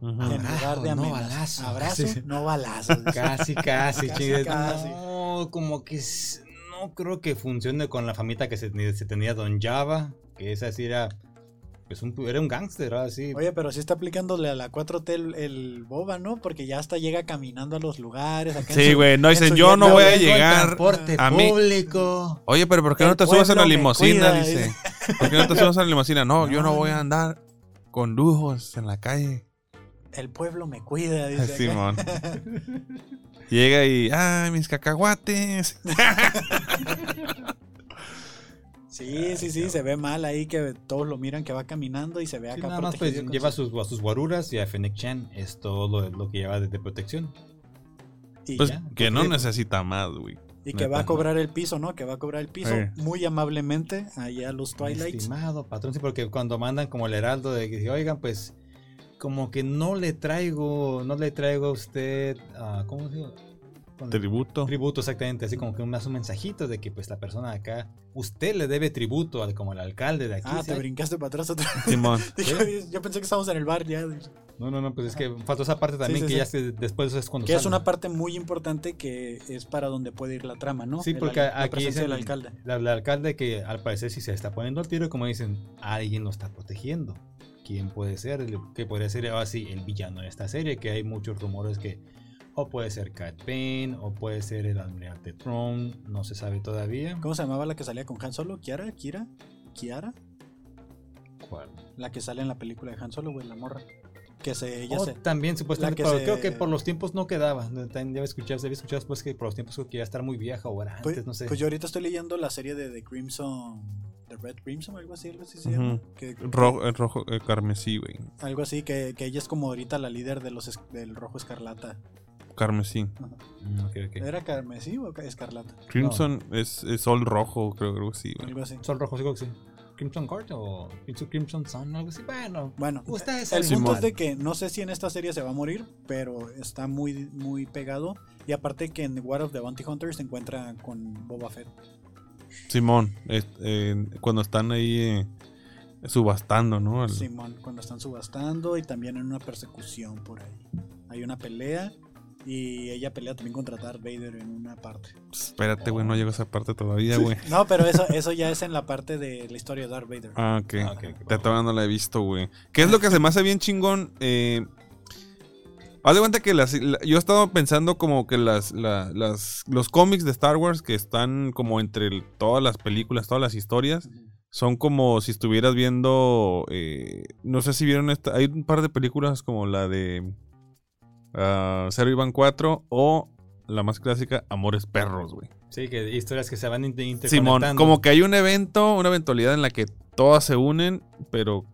A: Ujú.
B: Ah,
C: en lugar de
B: no
C: amenazas.
B: balazo.
C: Abrazo,
B: Sí, sí.
C: no balazo.
B: Casi, casi,
C: Casi,
B: chingue.
C: casi.
B: No, como que s- no creo que funcione con la famita que se, tenía- se tenía Don Java, que esa sí era, pues un, era un gángster, ¿verdad? así.
C: Oye, pero sí está aplicándole a la 4T el, el Boba, ¿no? Porque ya hasta llega caminando a los lugares. acá en
A: Sí,
C: su-
A: güey, no
C: en
A: dicen,
C: su
A: yo
C: jet
A: no
C: no
A: voy a
C: vengo en
A: llegar.
B: Transporte
A: a mí-
B: público.
A: Oye, pero ¿por qué no
C: El
A: te subas a la
C: pueblo me
A: limusina?
C: cuida,
A: Dice.
C: dice.
A: ¿Por qué no te subas a la limusina? No, yo no
C: No,
A: voy a
C: no.
A: andar con lujos en la calle.
C: El pueblo me cuida, dice. acá.
A: Simón. Llega y, ay, mis cacahuates.
C: Sí, sí, sí, se ve mal ahí que todos lo miran que va caminando y se ve
B: Sí,
C: acá
B: nada más pues,
C: protegido con
B: lleva
C: su-
B: sus, a sus guaruras y a Fennec Chan. Es todo lo, lo que lleva de, de protección.
C: y,
A: Pues
C: ya.
A: que no
B: porque-
A: necesita más, güey.
C: Y que va a cobrar el piso, ¿no? Que va a cobrar el piso
A: Sí.
C: muy amablemente allá a los Twilights.
B: Estimado patrón, sí, porque cuando mandan como el heraldo de que, oigan, pues como que no le traigo, no le traigo a usted, ah, ¿cómo se llama? Con-
A: Tributo.
B: Tributo, exactamente, así como que un, más un mensajito de que pues la persona de acá, usted le debe tributo al como el alcalde de aquí.
C: Ah,
B: ¿sí?
C: te brincaste para atrás otra vez.
A: Simón.
C: Dije, Yo pensé que estábamos en el bar ya.
B: No, no, no, pues es que faltó esa parte también
C: Ah.
B: que
C: sí, sí.
B: ya se- después es cuando
C: Que es
B: salen.
C: una parte muy importante que es para donde puede ir la trama, ¿no?
B: Sí,
C: El
B: porque
C: al- la
B: aquí
C: presencia
B: dicen-
C: del alcalde.
B: La- El alcalde que al parecer si se está poniendo al tiro, como dicen, alguien lo está protegiendo. ¿Quién puede ser? El- Que podría ser ahora sí el villano de esta serie, que hay muchos rumores que o puede ser Cat Bane, o puede ser el almirante Tron, no se sabe todavía.
C: ¿Cómo se llamaba la que salía con Han Solo? ¿Kiara? ¿Kira? ¿Kiara?
B: ¿Cuál?
C: La que sale en la película de Han Solo, güey, la morra. Que se, ella
B: O
C: se.
B: también supuestamente,
C: La que
B: pero creo
C: se-
B: que por los tiempos no quedaba. No, También ya había escuchado, se había escuchado después que por los tiempos creo que iba a estar muy vieja o era antes,
C: Pues,
B: no sé.
C: pues yo ahorita estoy leyendo la serie de The Crimson. The Red Crimson, algo así, algo así se llama.
A: Ujú.
C: Que-
A: Rojo, el rojo eh, carmesí, güey.
C: algo así, que, que ella es como ahorita la líder de los, es- del Rojo Escarlata.
A: Carmesí.
B: Mm, ok, ok.
C: ¿Era carmesí o ca- escarlata?
A: Crimson es, es sol rojo, creo, creo que sí, güey.
C: Algo así.
B: Sol Rojo, sí, creo que sí. Crimson Court o Crimson- Crimson Sun, algo así. Bueno,
C: Bueno,
B: ustedes
C: el
B: saben.
C: punto
A: Simón.
C: es de que no sé si en esta serie se va a morir, pero está muy, muy pegado. Y aparte que en War of the Bounty Hunter se encuentra con Boba Fett.
A: Simón, es- eh, cuando están ahí eh, subastando, ¿no? El-
C: Simón, cuando están subastando y también en una persecución por ahí. Hay una pelea y ella pelea también contra Darth Vader en una parte.
A: Espérate, güey, no llego a esa parte todavía, güey.
C: No, pero eso, eso ya es en la parte de la historia de Darth Vader.
A: Ah, ok.
B: Ah, ok, ok,
A: Ya todavía no la he visto, güey. ¿Qué es lo que se me hace bien chingón? Eh, haz de cuenta que las, la- yo he estado pensando como que las, la- las, los cómics de Star Wars que están como entre el- todas las películas, todas las historias, son como si estuvieras viendo. eh, no sé si vieron esta. Hay un par de películas como la de ah, Zero Ivan 4 o la más clásica, Amores Perros, güey.
B: Sí, que historias que se van inter- interconectando.
A: Simón, como que hay un evento, una eventualidad en la que todas se unen, pero.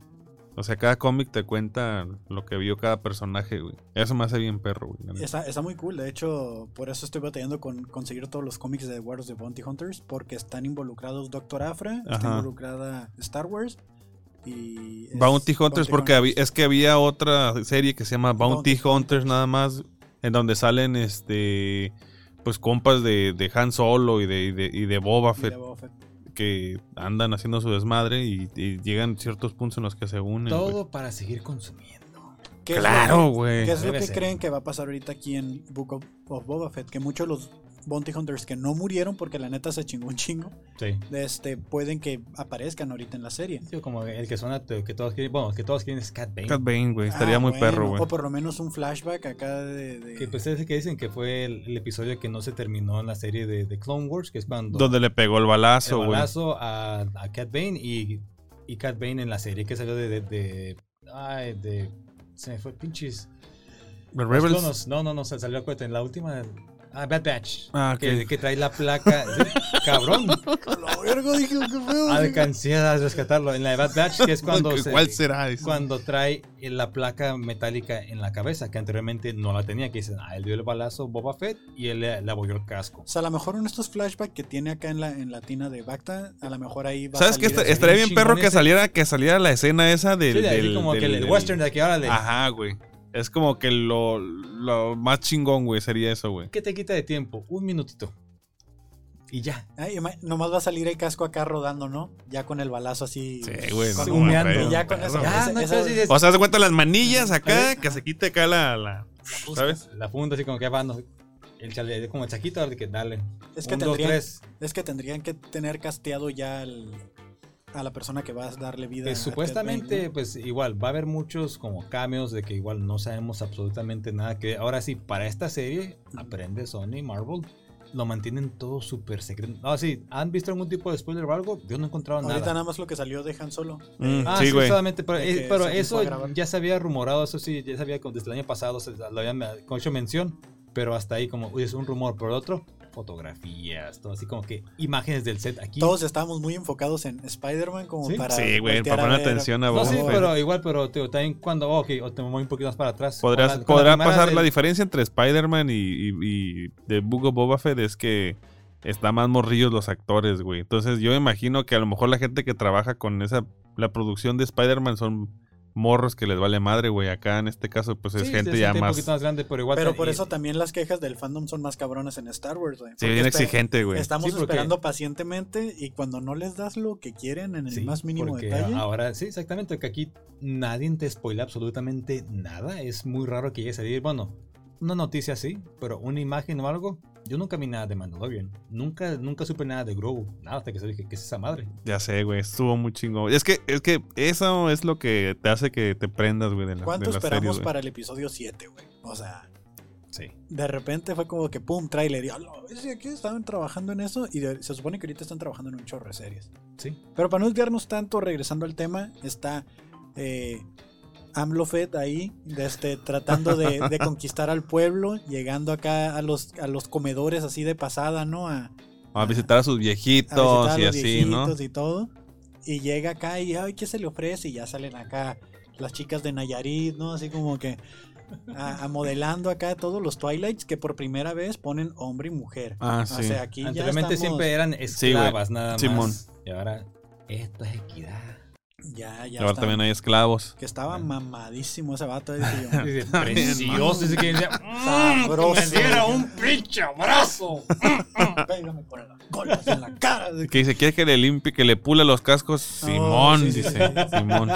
A: O sea, cada cómic te cuenta lo que vio cada personaje, güey. Eso me hace bien perro, güey. la neta.
C: Está, está muy cool, de hecho, por eso estoy batallando con conseguir todos los cómics de War of the Bounty Hunters, porque están involucrados Doctor Afra, está
A: Ajá.
C: involucrada Star Wars y... es
A: Bounty Hunters, porque habí- es que había otra serie que se llama Bounty,
C: Bounty
A: Hunters nada más, en donde salen este pues compas de, de Han Solo y de, y de, y de Boba
C: Y
A: Fett
C: de Boba Fett.
A: que andan haciendo su desmadre y, y llegan ciertos puntos en los que se unen. güey.
B: Todo para seguir consumiendo.
C: ¿Qué es lo
A: Claro,
C: que-
A: güey.
C: ¿Qué es lo
B: Debe
C: que
B: ser.
C: creen que va a pasar ahorita aquí en Book of, of Boba Fett? Que muchos de los Bounty Hunters que no murieron, porque la neta se chingó un chingo,
B: Sí.
C: este, pueden que aparezcan ahorita en la serie.
B: Como el que suena, te- que todos quieren, bueno, que todos quieren es Cat Bane.
A: Cat Bane, güey, estaría
C: Ah,
A: muy
C: bueno,
A: perro, güey.
C: O por lo menos un flashback acá de... de-
B: Que pues es que dicen que fue el, el episodio que no se terminó en la serie de, de Clone Wars, que es cuando
A: Donde le pegó el balazo,
B: el
A: güey.
B: balazo a, a Cat Bane y, y Cat Bane en la serie que salió de, de, de, ay, de Se me fue pinches.
A: The
B: Los
A: Rebels.
B: clonos. No, no, no, se salió cuenta en la última. Ah, Bad Batch.
A: Ah,
B: que,
A: ok.
B: que trae la placa. Sí, Cabrón.
C: La verga, dije, qué feo.
B: Ah, Alcancé a rescatarlo. En la de Bad Batch, que es cuando. se-
A: ¿Cuál será? Dice.
B: Cuando trae la placa metálica en la cabeza, que anteriormente no la tenía, que dicen, ah, él dio el balazo Boba Fett y él le, le abolló el casco.
C: O sea, a lo mejor en estos flashbacks que tiene acá en la, en la tina de Bacta, a lo mejor ahí va
A: ¿Sabes
C: a
A: qué?
C: salir
A: Esta-
C: eso.
A: estaría bien
B: chingón
A: perro que
B: ese.
A: saliera, que saliera la escena esa del.
B: Sí, de ahí
A: del-
B: como que
A: del-
B: el, el
A: del-
B: western de aquí ahora de.
A: Ajá, güey. Es como que lo, lo más chingón, güey, sería eso, güey.
B: ¿Qué te quita de tiempo? Un minutito. Y ya.
C: Ay, ima- nomás va a salir el casco acá rodando, ¿no? Ya con el balazo así.
A: Sí, güey.
C: Con-
A: no, Ah,
B: humeando.
A: güey.
C: y ya con eso.
B: Ya,
C: ese-
B: no
C: ese-
B: sé si es-
A: O sea, se cuenta las manillas acá, que se quite acá la. la- ¿Sabes?
B: La funda así como que va, no, el chale, como el chaquito, ahora de que dale.
C: Es que
B: Un, dos,
C: tendrían-
B: tres.
C: Es que tendrían que tener casteado ya al- a la persona que va a darle vida.
B: Que
C: a
B: supuestamente,
C: Cat Bane,
B: pues igual, va a haber muchos como cambios de que igual no sabemos absolutamente nada. Que ahora sí, para esta serie, aprende Sony y Marvel. Lo mantienen todo súper secreto. Ah, sí, ¿han visto algún tipo de spoiler o algo? Yo no he encontrado
C: ¿no? Ahorita
B: nada.
C: nada más lo que salió de Han Solo.
A: Mm,
B: Ah,
A: sí,
B: sí,
A: güey.
B: solamente, pero,
C: De
B: eh,
C: que
B: pero
C: se puso
B: eso
C: a grabar.
B: ya se había rumorado, eso sí, ya sabía desde el año pasado, se- lo habían hecho mención, pero hasta ahí como uy, es un rumor, por otro, fotografías, todo así como que imágenes del set aquí.
C: Todos estábamos muy enfocados en Spider-Man como
B: Sí.
C: para.
A: Sí, güey,
C: voltear
A: para
C: a
A: poner
C: ver-
A: atención a
B: No,
A: vos.
B: sí,
C: Boba Fett.
B: pero igual, pero te digo, también cuando, oh, ok, o te voy un poquito más para atrás.
A: Podrás,
B: Con la- con
A: podrá
B: las primeras
A: pasar la
B: del-
A: diferencia entre Spider-Man y, y, y de Book of Boba Fett es que está más morrillos los actores, güey. Entonces yo imagino que a lo mejor la gente que trabaja con esa la producción de Spider-Man son morros que les vale madre, güey. Acá en este caso pues es
B: sí,
A: gente
B: sí,
A: ya
B: un
A: más
B: poquito más grande, pero igual.
C: Pero
B: te-
C: por
B: y-
C: eso también las quejas del fandom son más cabronas en Star Wars, güey.
A: sí,
C: Porque
A: bien
C: espe-
A: exigente, güey.
C: Estamos
B: Sí, porque-
C: esperando pacientemente y cuando no les das lo que quieren en el
B: sí,
C: más mínimo
B: porque ah,
C: detalle.
B: Ahora, sí, exactamente, que aquí nadie te spoila absolutamente nada. Es muy raro que llegue a salir, bueno, una noticia así, pero una imagen o algo. Yo nunca vi nada de Mandalorian. Nunca, nunca supe nada de Grogu. Nada, hasta que se dije, ¿qué es esa madre?
A: Ya sé, güey, estuvo muy chingón. Es que es que eso es lo que te hace que te prendas, güey, de, la,
C: ¿Cuánto
A: de las
C: esperamos
A: series, güey.
C: para el episodio 7, güey? O sea,
B: Sí.
C: de repente fue como que pum, trailer. Y "Ah, aquí estaban trabajando en eso. Y de- se supone que ahorita están trabajando en un chorro de series.
B: Sí.
C: Pero para no desviarnos tanto, regresando al tema, está eh, AMLO Fed ahí, de este, tratando de, de conquistar al pueblo, llegando acá a los, a los comedores así de pasada, ¿no? A,
A: A visitar a sus
C: a visitar
A: viejitos
C: a
A: y
C: los
A: así, ¿no?
C: viejitos y todo. Y llega acá y, ay, ¿qué se le ofrece? Y ya salen acá las chicas de Nayarit, ¿no? Así como que a, a modelando acá todos los Twilights que por primera vez ponen hombre y mujer.
A: Ah,
C: O
A: sí.
C: sea, aquí ya
B: Anteriormente
C: estamos-
B: siempre eran
A: güey.
B: esclavas, nada más.
A: Simón.
B: Y ahora, esto es equidad.
C: Ya, ya.
A: Ahora
C: está-
A: también hay esclavos.
C: Que estaba
B: Ah.
C: mamadísimo ese vato. dije yo.
B: Dice, Precioso, dice que decía, ¡Ah!
C: Sabroso.
D: pinche abrazo!
C: Pégame con la cola en la cara.
A: Que dice, ¿quieres que le limpie, que le pula los cascos?
C: No,
A: Simón,
C: Oh, sí, sí,
A: dice. Simón.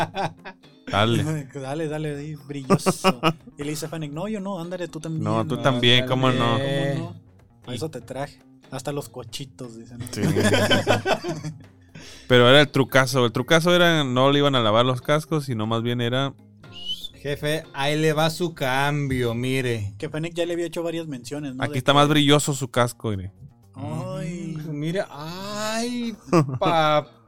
A: Dale.
C: Dale, dale, ahí, brilloso. Y le dice a Fennec, no, yo no, ándale tú también. Ah,
A: No, tú también, Eh. ¿cómo no?
C: ¿Cómo no? Por
B: Y-
C: eso te traje. Hasta los cochitos, dicen.
A: Sí. Pero era el trucazo. El trucazo era, no le iban a lavar los cascos, sino más bien era...
B: Jefe, ahí le va su cambio, mire.
C: Que Fennec ya le había hecho varias menciones, ¿no?
A: Aquí
C: De
A: está más brilloso su casco, mire.
C: que, Ay,
B: Mira, ay,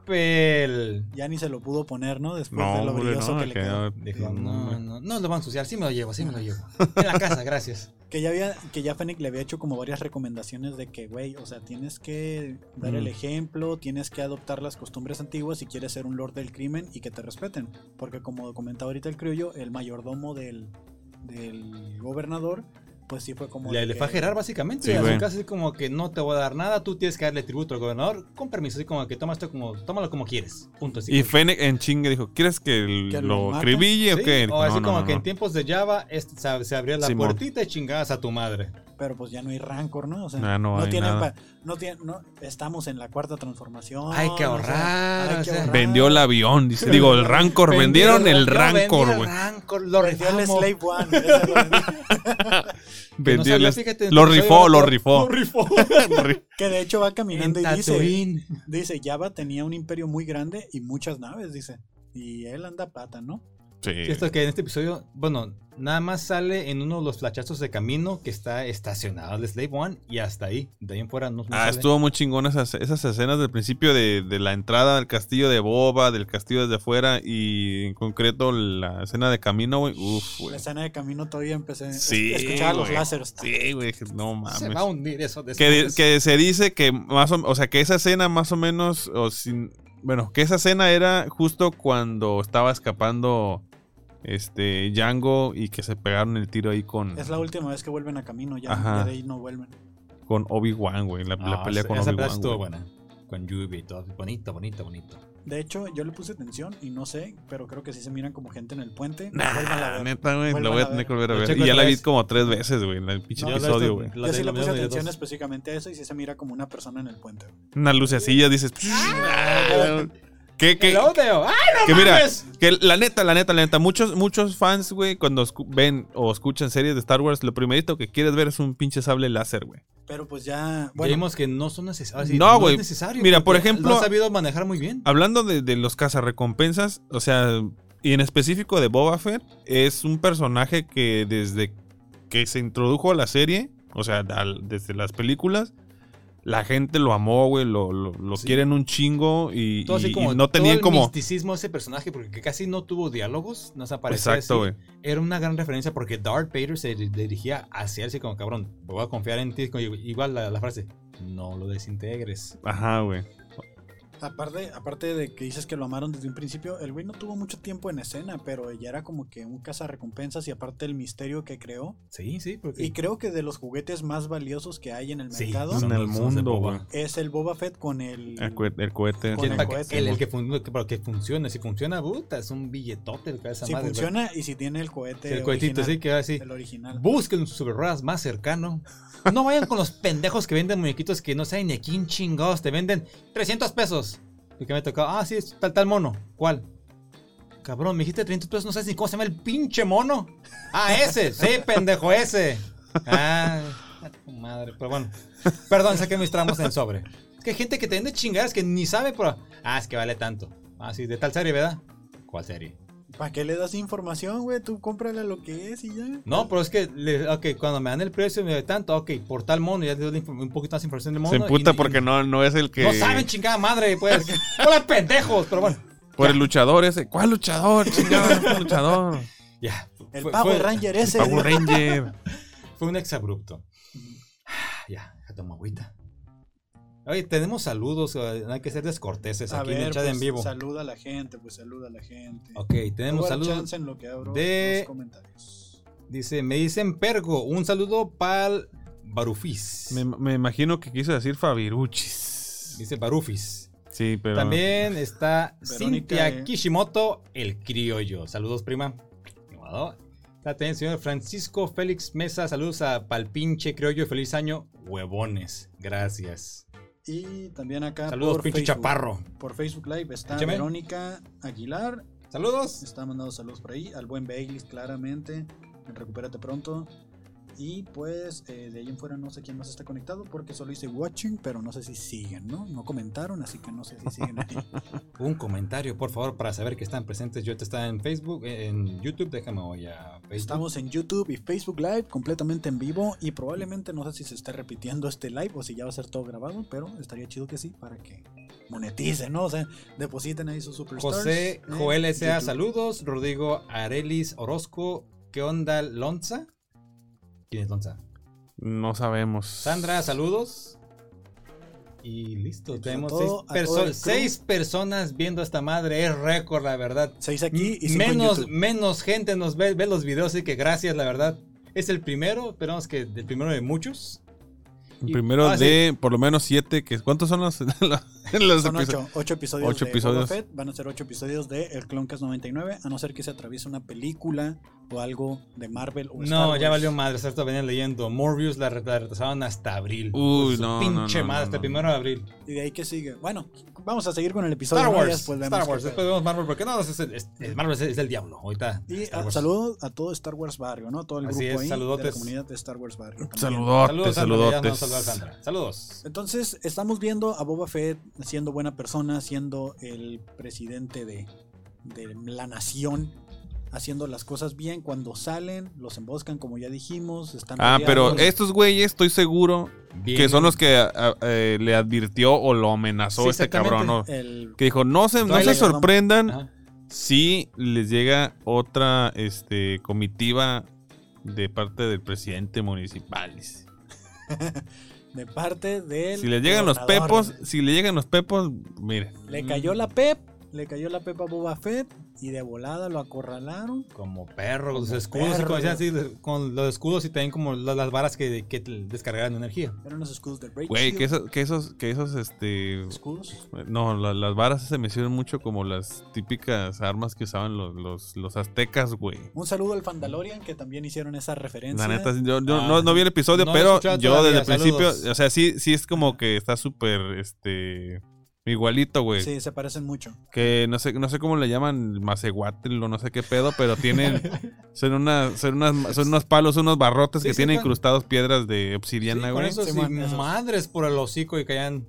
B: papel.
C: ya ni se lo pudo poner, ¿no? Después
A: No,
C: de lo
A: hombre,
C: brilloso
A: no,
C: que le
A: que-
C: quedó.
B: Dijo, no, no, no lo van a ensuciar, sí me lo llevo, sí me lo llevo. En la casa, gracias.
C: Que ya había, que ya Fennec le había hecho como varias recomendaciones de que, güey, o sea, tienes que dar el
A: Mm.
C: ejemplo, tienes que adoptar las costumbres antiguas si quieres ser un lord del crimen y que te respeten. Porque como comentaba ahorita el criollo, el mayordomo del, del gobernador, pues sí fue como.
B: Le,
C: de
B: le
C: que-
B: fue a gerar básicamente.
A: Sí,
B: a
A: güey.
B: su casa, así como que no te voy a dar nada, tú tienes que darle tributo al gobernador. Con permiso, así como que toma esto como, tómalo como quieres. Punto. Así
A: Y
B: como-
A: Fennec en chingue dijo, ¿quieres que, el-
C: ¿Que lo
A: lo
C: mate?
A: cribille
B: Sí,
A: o qué?
B: O
A: Dijo,
B: así
A: no, no,
B: como
A: no,
B: que
A: no.
B: en tiempos de Java este, se, se abría la
A: Simón.
B: puertita y chingadas a tu madre.
C: Pero pues ya no hay rancor, ¿no? O sea,
A: Ya no
C: no,
A: hay
C: tienen
A: nada.
C: pa- no tienen- no- estamos en la cuarta transformación.
B: Hay que
C: o sea,
B: ahorrar,
C: hay
B: o
C: que
B: sea.
C: ahorrar.
A: Vendió el avión, dice. Digo, el Rancor. Vendieron el
B: yo vendí
A: Rancor,
B: el
A: güey.
B: Rancor, Lo
C: Vendió el
B: rifamos.
C: Slave One. ese lo vendió.
B: Que no
A: Vendió
B: sabía,
A: el-
B: fíjate, en
A: Lo
B: tu
A: rifó,
B: episodio
A: lo
B: de-
A: rifó.
B: Lo rifó.
C: que de hecho va caminando
B: En
C: y dice.
B: Tatooine.
C: Dice, Java tenía un imperio muy grande y muchas naves, dice. Y él anda a pata, ¿no?
A: Sí.
B: Esto que en este episodio, bueno, nada más sale en uno de los flachazos de camino que está estacionado el Slave One y hasta ahí. De ahí en fuera no, no
A: Ah,
B: sale.
A: estuvo muy chingón esas, esas escenas del principio de, de la entrada al castillo de Boba, del castillo desde afuera y en concreto la escena de camino, güey. Uf,
C: La
A: güey.
C: escena de camino todavía empecé
A: Sí,
C: a escuchar los
A: güey.
C: láseres.
A: Sí, güey, que no mames.
B: Se va a hundir eso
A: Que, di-
B: después.
A: que se dice que más o, o sea, que esa escena más o menos, o sin, bueno, que esa escena era justo cuando estaba escapando este Django y que se pegaron el tiro ahí con,
C: Es la última vez que vuelven a camino, ya,
A: Ajá.
C: ya de ahí no vuelven.
A: con Obi-Wan, güey, la, la
B: Ah,
A: pelea con
B: esa pelea
A: Obi-Wan.
B: estuvo
A: güey.
B: buena. Con lluvia y todo. Bonito, bonito, bonito.
C: De hecho, yo le puse atención y no sé, pero creo que sí se miran como gente en el puente.
A: Nah,
C: Vuélvanla a ver.
A: neta, güey, lo
C: Vuélvanla
A: voy
C: a
A: a tener
C: ver.
A: que volver a
B: Lo
A: ver.
B: checo
A: Y ya la
B: otra
A: vi
B: vez.
A: como tres veces, güey, en el pinche
C: No,
B: Yo la
A: episodio,
B: esto-
A: güey.
B: la
C: yo
B: de-
C: sí le
B: la
C: puse
B: veo de
C: atención
B: dos.
C: específicamente a eso y sí se mira como una persona en el puente.
A: Unas lucecillas, dices. ¿Qué, qué,
B: ¡El odio! ¡Ay, no
A: Que mira,
B: mames!
A: que la neta, la neta, la neta, muchos, muchos fans, güey, cuando escu- ven o escuchan series de Star Wars, lo primerito que quieres ver es un pinche sable láser, güey.
C: Pero pues ya, bueno,
B: Vimos que no son necesarios.
A: No, güey. Mira, por ejemplo-
B: Lo han sabido manejar muy bien.
A: Hablando de, de los cazarrecompensas, o sea, y en específico de Boba Fett, es un personaje que desde que se introdujo a la serie, o sea, al- desde las películas, la gente lo amó, güey, lo, lo- lo
B: Sí.
A: quieren un chingo y,
B: Todo así
A: y- y
B: como,
A: no tenían
B: todo el
A: como...
B: misticismo de ese personaje porque casi no tuvo diálogos, nos aparecía
A: Exacto,
B: así.
A: güey.
B: Era una gran referencia porque Darth Vader se di- dirigía hacia él así como cabrón, voy a confiar en ti, como igual la, la frase, no lo desintegres.
A: Ajá, güey.
C: aparte, aparte de que dices que lo amaron desde un principio, el güey no tuvo mucho tiempo en escena, pero ya era como que un cazarrecompensas y aparte el misterio que creó.
B: Sí, sí, porque
C: Y creo que de los juguetes más valiosos que hay en el
B: sí,
C: mercado
A: En el
B: los- los de
A: mundo,
B: Boba.
A: güey.
C: es el Boba Fett con el...
A: El, cue- el cohete.
C: Con
B: Que-
C: el
B: pa-
C: cohete.
B: el, el que, fun- que- pero que funcione, si funciona, puta, es un billetote el que esa
C: Si
B: madre, güey.
C: funciona y si tiene el cohete
B: El cohetito,
C: original,
B: sí, que así.
C: el original.
B: Busquen sus superruedas más cercano. No vayan con los pendejos que venden muñequitos que no saben ni a quién chingados. Te venden 300 pesos. Y que me tocó, ah, sí, es tal, tal mono. ¿Cuál? Cabrón, me dijiste 300 pesos, no sabes ni cómo se llama el pinche mono. Ah, ese, sí, pendejo, ese. Ah, a tu madre, pero bueno. Perdón, saqué mis tramos en sobre. Es que hay gente que te vende chingadas que ni sabe, pero. Ah, es que vale tanto. Ah, sí, de tal serie, ¿verdad? ¿Cuál serie?
C: ¿Para qué le das información, güey? Tú cómprale lo que es y ya.
B: No, pero es que le- ok, cuando me dan el precio me de tanto, ok, por tal mono, ya te doy un poquito más información del mono.
A: Se emputa
B: y- y-
A: porque no, no es el que.
B: No saben, chingada madre, pues. Hola, pendejos, pero bueno.
A: Por el luchador ese. ¿Cuál luchador? Chingado, no es un luchador.
B: Ya.
C: El
B: Fue-
C: Power
B: fue-
C: Ranger ese.
A: Power Ranger.
B: Fue un exabrupto. Ah, Ya, ya tomo agüita. Oye, tenemos saludos, eh, hay que ser descorteses
C: A
B: aquí en
C: ver,
B: el chat
C: pues,
B: en vivo.
C: saluda a la gente, pues saluda a la gente.
B: Ok, tenemos
C: Luego da
B: saludos.
C: chance en lo que abro
B: de-
C: los comentarios.
B: Dice, me dicen Pergo, un saludo para Barufis.
A: Me, me imagino que quiso decir Fabiruchis.
B: Dice Barufis.
A: Sí, pero.
B: También está
C: Verónica,
B: Cintia
C: eh.
B: Kishimoto, el criollo. Saludos, prima. Animador. Está también el señor Francisco Félix Mesa. Saludos a Palpinche Criollo. Feliz año, huevones. Gracias.
C: Y también acá.
B: Saludos,
C: Ah, por
B: pinche
C: Facebook.
B: chaparro.
C: Por Facebook Live está
B: Échame.
C: Verónica Aguilar.
B: Saludos.
C: Está mandando saludos por ahí. Al buen Baileys, claramente. en Recupérate pronto. Y pues eh, de ahí en fuera no sé quién más está conectado porque solo hice watching, pero no sé si siguen, ¿no? No comentaron, así que no sé si siguen aquí.
B: Un comentario, por favor, para saber que están presentes. Yo te está en Facebook, eh, en YouTube. Déjame hoy a Facebook.
C: Estamos en YouTube y Facebook Live completamente en vivo y probablemente no sé si se está repitiendo este live o si ya va a ser todo grabado, pero estaría chido que sí para que moneticen, ¿no? O sea, depositen ahí sus superstars.
B: José
C: en eh,
B: Joel S.A.
C: YouTube.
B: Saludos. Rodrigo Arelis Orozco. ¿Qué onda, Lonza? ¿Quién es Lonza?
A: No sabemos.
B: Sandra, saludos. Y listo,
C: Pues a
B: tenemos
C: todo-
B: seis,
C: a todo el
B: perso- seis personas viendo esta madre. Es récord, la verdad.
C: Seis aquí y cinco en
B: menos,
C: YouTube.
B: menos gente nos ve, ve los videos, así que gracias, la verdad. Es el primero, esperamos que el primero de muchos.
A: El primero
B: Ah, sí.
A: de por lo menos siete. Que, ¿Cuántos son los, los
C: Son
A: episodios?
C: ocho, ocho episodios
A: Ocho
C: de
A: episodios.
C: Boba Fett, van a ser ocho episodios de El Cloncast 99, a no ser que se atraviese una película o algo de Marvel o Star
B: No,
C: Wars.
B: ya valió madre, hasta venían leyendo. Morbius la, re- la retrasaron hasta abril.
A: Uy,
B: Su
A: no, no,
B: Pinche
A: no,
B: madre,
A: no,
B: hasta el
A: no.
B: primero de abril.
C: Y de ahí que sigue. Bueno, vamos a seguir con el episodio.
B: Star
C: ¿no? Ya
B: Wars,
C: después vemos
B: Star
C: qué
B: Wars,
C: pedo.
B: después vemos Marvel, porque no, es, es- es- Marvel es, es el diablo. Ahorita.
C: Y ah,
B: Star
C: a,
B: Wars.
C: saludo a todo Star Wars Barrio, ¿no? Todo el
B: Así es,
C: grupo ahí de la
B: saludotes.
C: comunidad de Star Wars Barrio. también.
A: Saludotes,
B: Sandra, ya nos
A: saludotes.
B: saludó a Sandra. Saludos.
C: Entonces, estamos viendo a Boba Fett siendo buena persona, siendo el presidente de, de la nación, haciendo las cosas bien. Cuando salen, los emboscan, como ya dijimos. Están
A: Ah, pero
C: rodeados.
A: estos güeyes, estoy seguro
B: Bien.
A: que son los que a- a- eh, le advirtió o lo amenazó
B: Sí,
A: este
B: exactamente.
A: cabrón, ¿no?
C: El-
A: Que dijo, no se, no
C: Twilight,
A: se
C: ¿no?
A: sorprendan
B: Ajá.
A: si les llega otra este, comitiva de parte del presidente municipal. dice.
C: de parte del.
A: Si les llegan los
C: gobernador.
A: pepos, mm. si le llegan los pepos, miren.
C: Le cayó la pep, le cayó la pep a Boba Fett y de volada lo acorralaron.
B: Como perro, los
C: Como
B: escudos,
C: perro.
B: como decían así, le- con los escudos y también como la- las varas que, que te descargaran energía.
C: Eran los escudos de Break.
A: Güey,
C: Shield.
A: que esos, que esos, que esos, este...
C: Escudos.
A: No, la- las varas se me hicieron mucho como las típicas armas que usaban los, los, los aztecas, güey.
C: Un saludo al Fandalorian que también hicieron esa referencia.
A: La neta, yo, yo
B: Ah.
A: no, no vi el episodio,
B: No lo he
A: pero yo
B: escuchado todavía,
A: desde el principio,
B: saludos.
A: o sea, sí, sí es como que está súper, este, igualito, güey.
C: Sí, se parecen mucho.
A: Que no sé, no sé cómo le llaman, maceguatel o no sé qué pedo, pero tienen, son, una, son, unas, son unos palos, unos barrotes
B: Sí,
A: que
B: sí,
A: tienen
B: está.
A: incrustados piedras de
B: Sí,
A: obsidiana,
B: con
A: güey.
B: esos
C: Sí,
B: y
C: man, esos.
B: madres por el hocico y caían.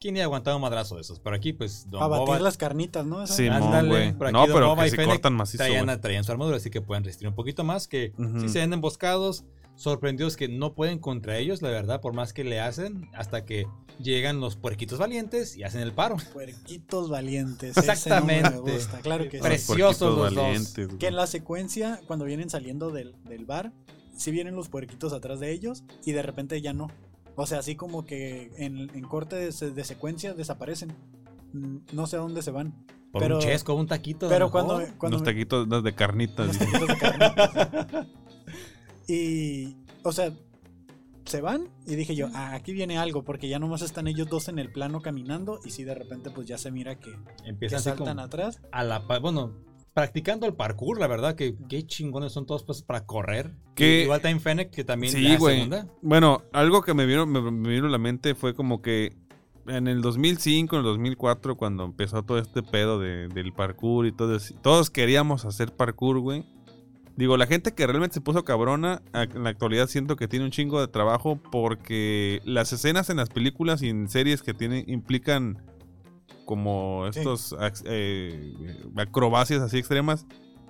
B: ¿Quién iba a aguantar un madrazo de esos? Pero aquí, pues, Don
C: Para
B: Boba-
C: batir las carnitas, ¿no? Esa-
A: Sí, Simón,
B: Ándale,
A: güey.
B: por aquí
A: No,
B: Don
A: pero
B: Boba
A: que
B: y
A: se
B: Fennec
A: cortan macizo,
B: traían,
A: güey.
B: traían su armadura, así que pueden resistir un poquito más. Que
A: Ujú.
B: si se ven emboscados, sorprendidos que no pueden contra ellos, la verdad, por más que le hacen, hasta que llegan los puerquitos valientes y hacen el paro.
C: Puerquitos valientes. ese
B: Exactamente.
C: nombre me gusta, claro que sí.
B: Pres-
A: Los
B: preciosos
A: puerquitos
B: los dos.
A: valientes, güey.
C: Que en la secuencia, cuando vienen saliendo del, del bar, sí vienen los puerquitos atrás de ellos y de repente ya no. O sea, así como que en, en corte de, se- de secuencia desaparecen. Mm, No sé a dónde se van.
B: Por
C: Pero-
B: un chesco, un taquito. a lo
C: Pero
B: mejor.
C: cuando, cuando
A: Unos taquitos unos de carnitas.
C: unos
A: dice.
C: taquitos de carne. pues, y, o sea, se van y dije yo, ah, aquí viene algo, porque ya nomás están ellos dos en el plano caminando y sí, de repente pues ya se mira que, que
B: Empiezan así
C: saltan
B: como
C: atrás.
B: a la... pa- Bueno, practicando el parkour, la verdad, que qué chingones son todos pues para correr.
A: Que-
B: Igual Time Fennec, que también
A: Sí,
B: la
A: güey.
B: segunda.
A: Bueno, algo que me vino, me, me vino a la mente fue como que en el 2005, en el 2004, cuando empezó todo este pedo de- del parkour y todo eso, todos queríamos hacer parkour, güey. Digo, la gente que realmente se puso cabrona, a- en la actualidad siento que tiene un chingo de trabajo porque las escenas en las películas y en series que tienen implican como
C: Sí.
A: estos ac- eh, acrobacias así extremas,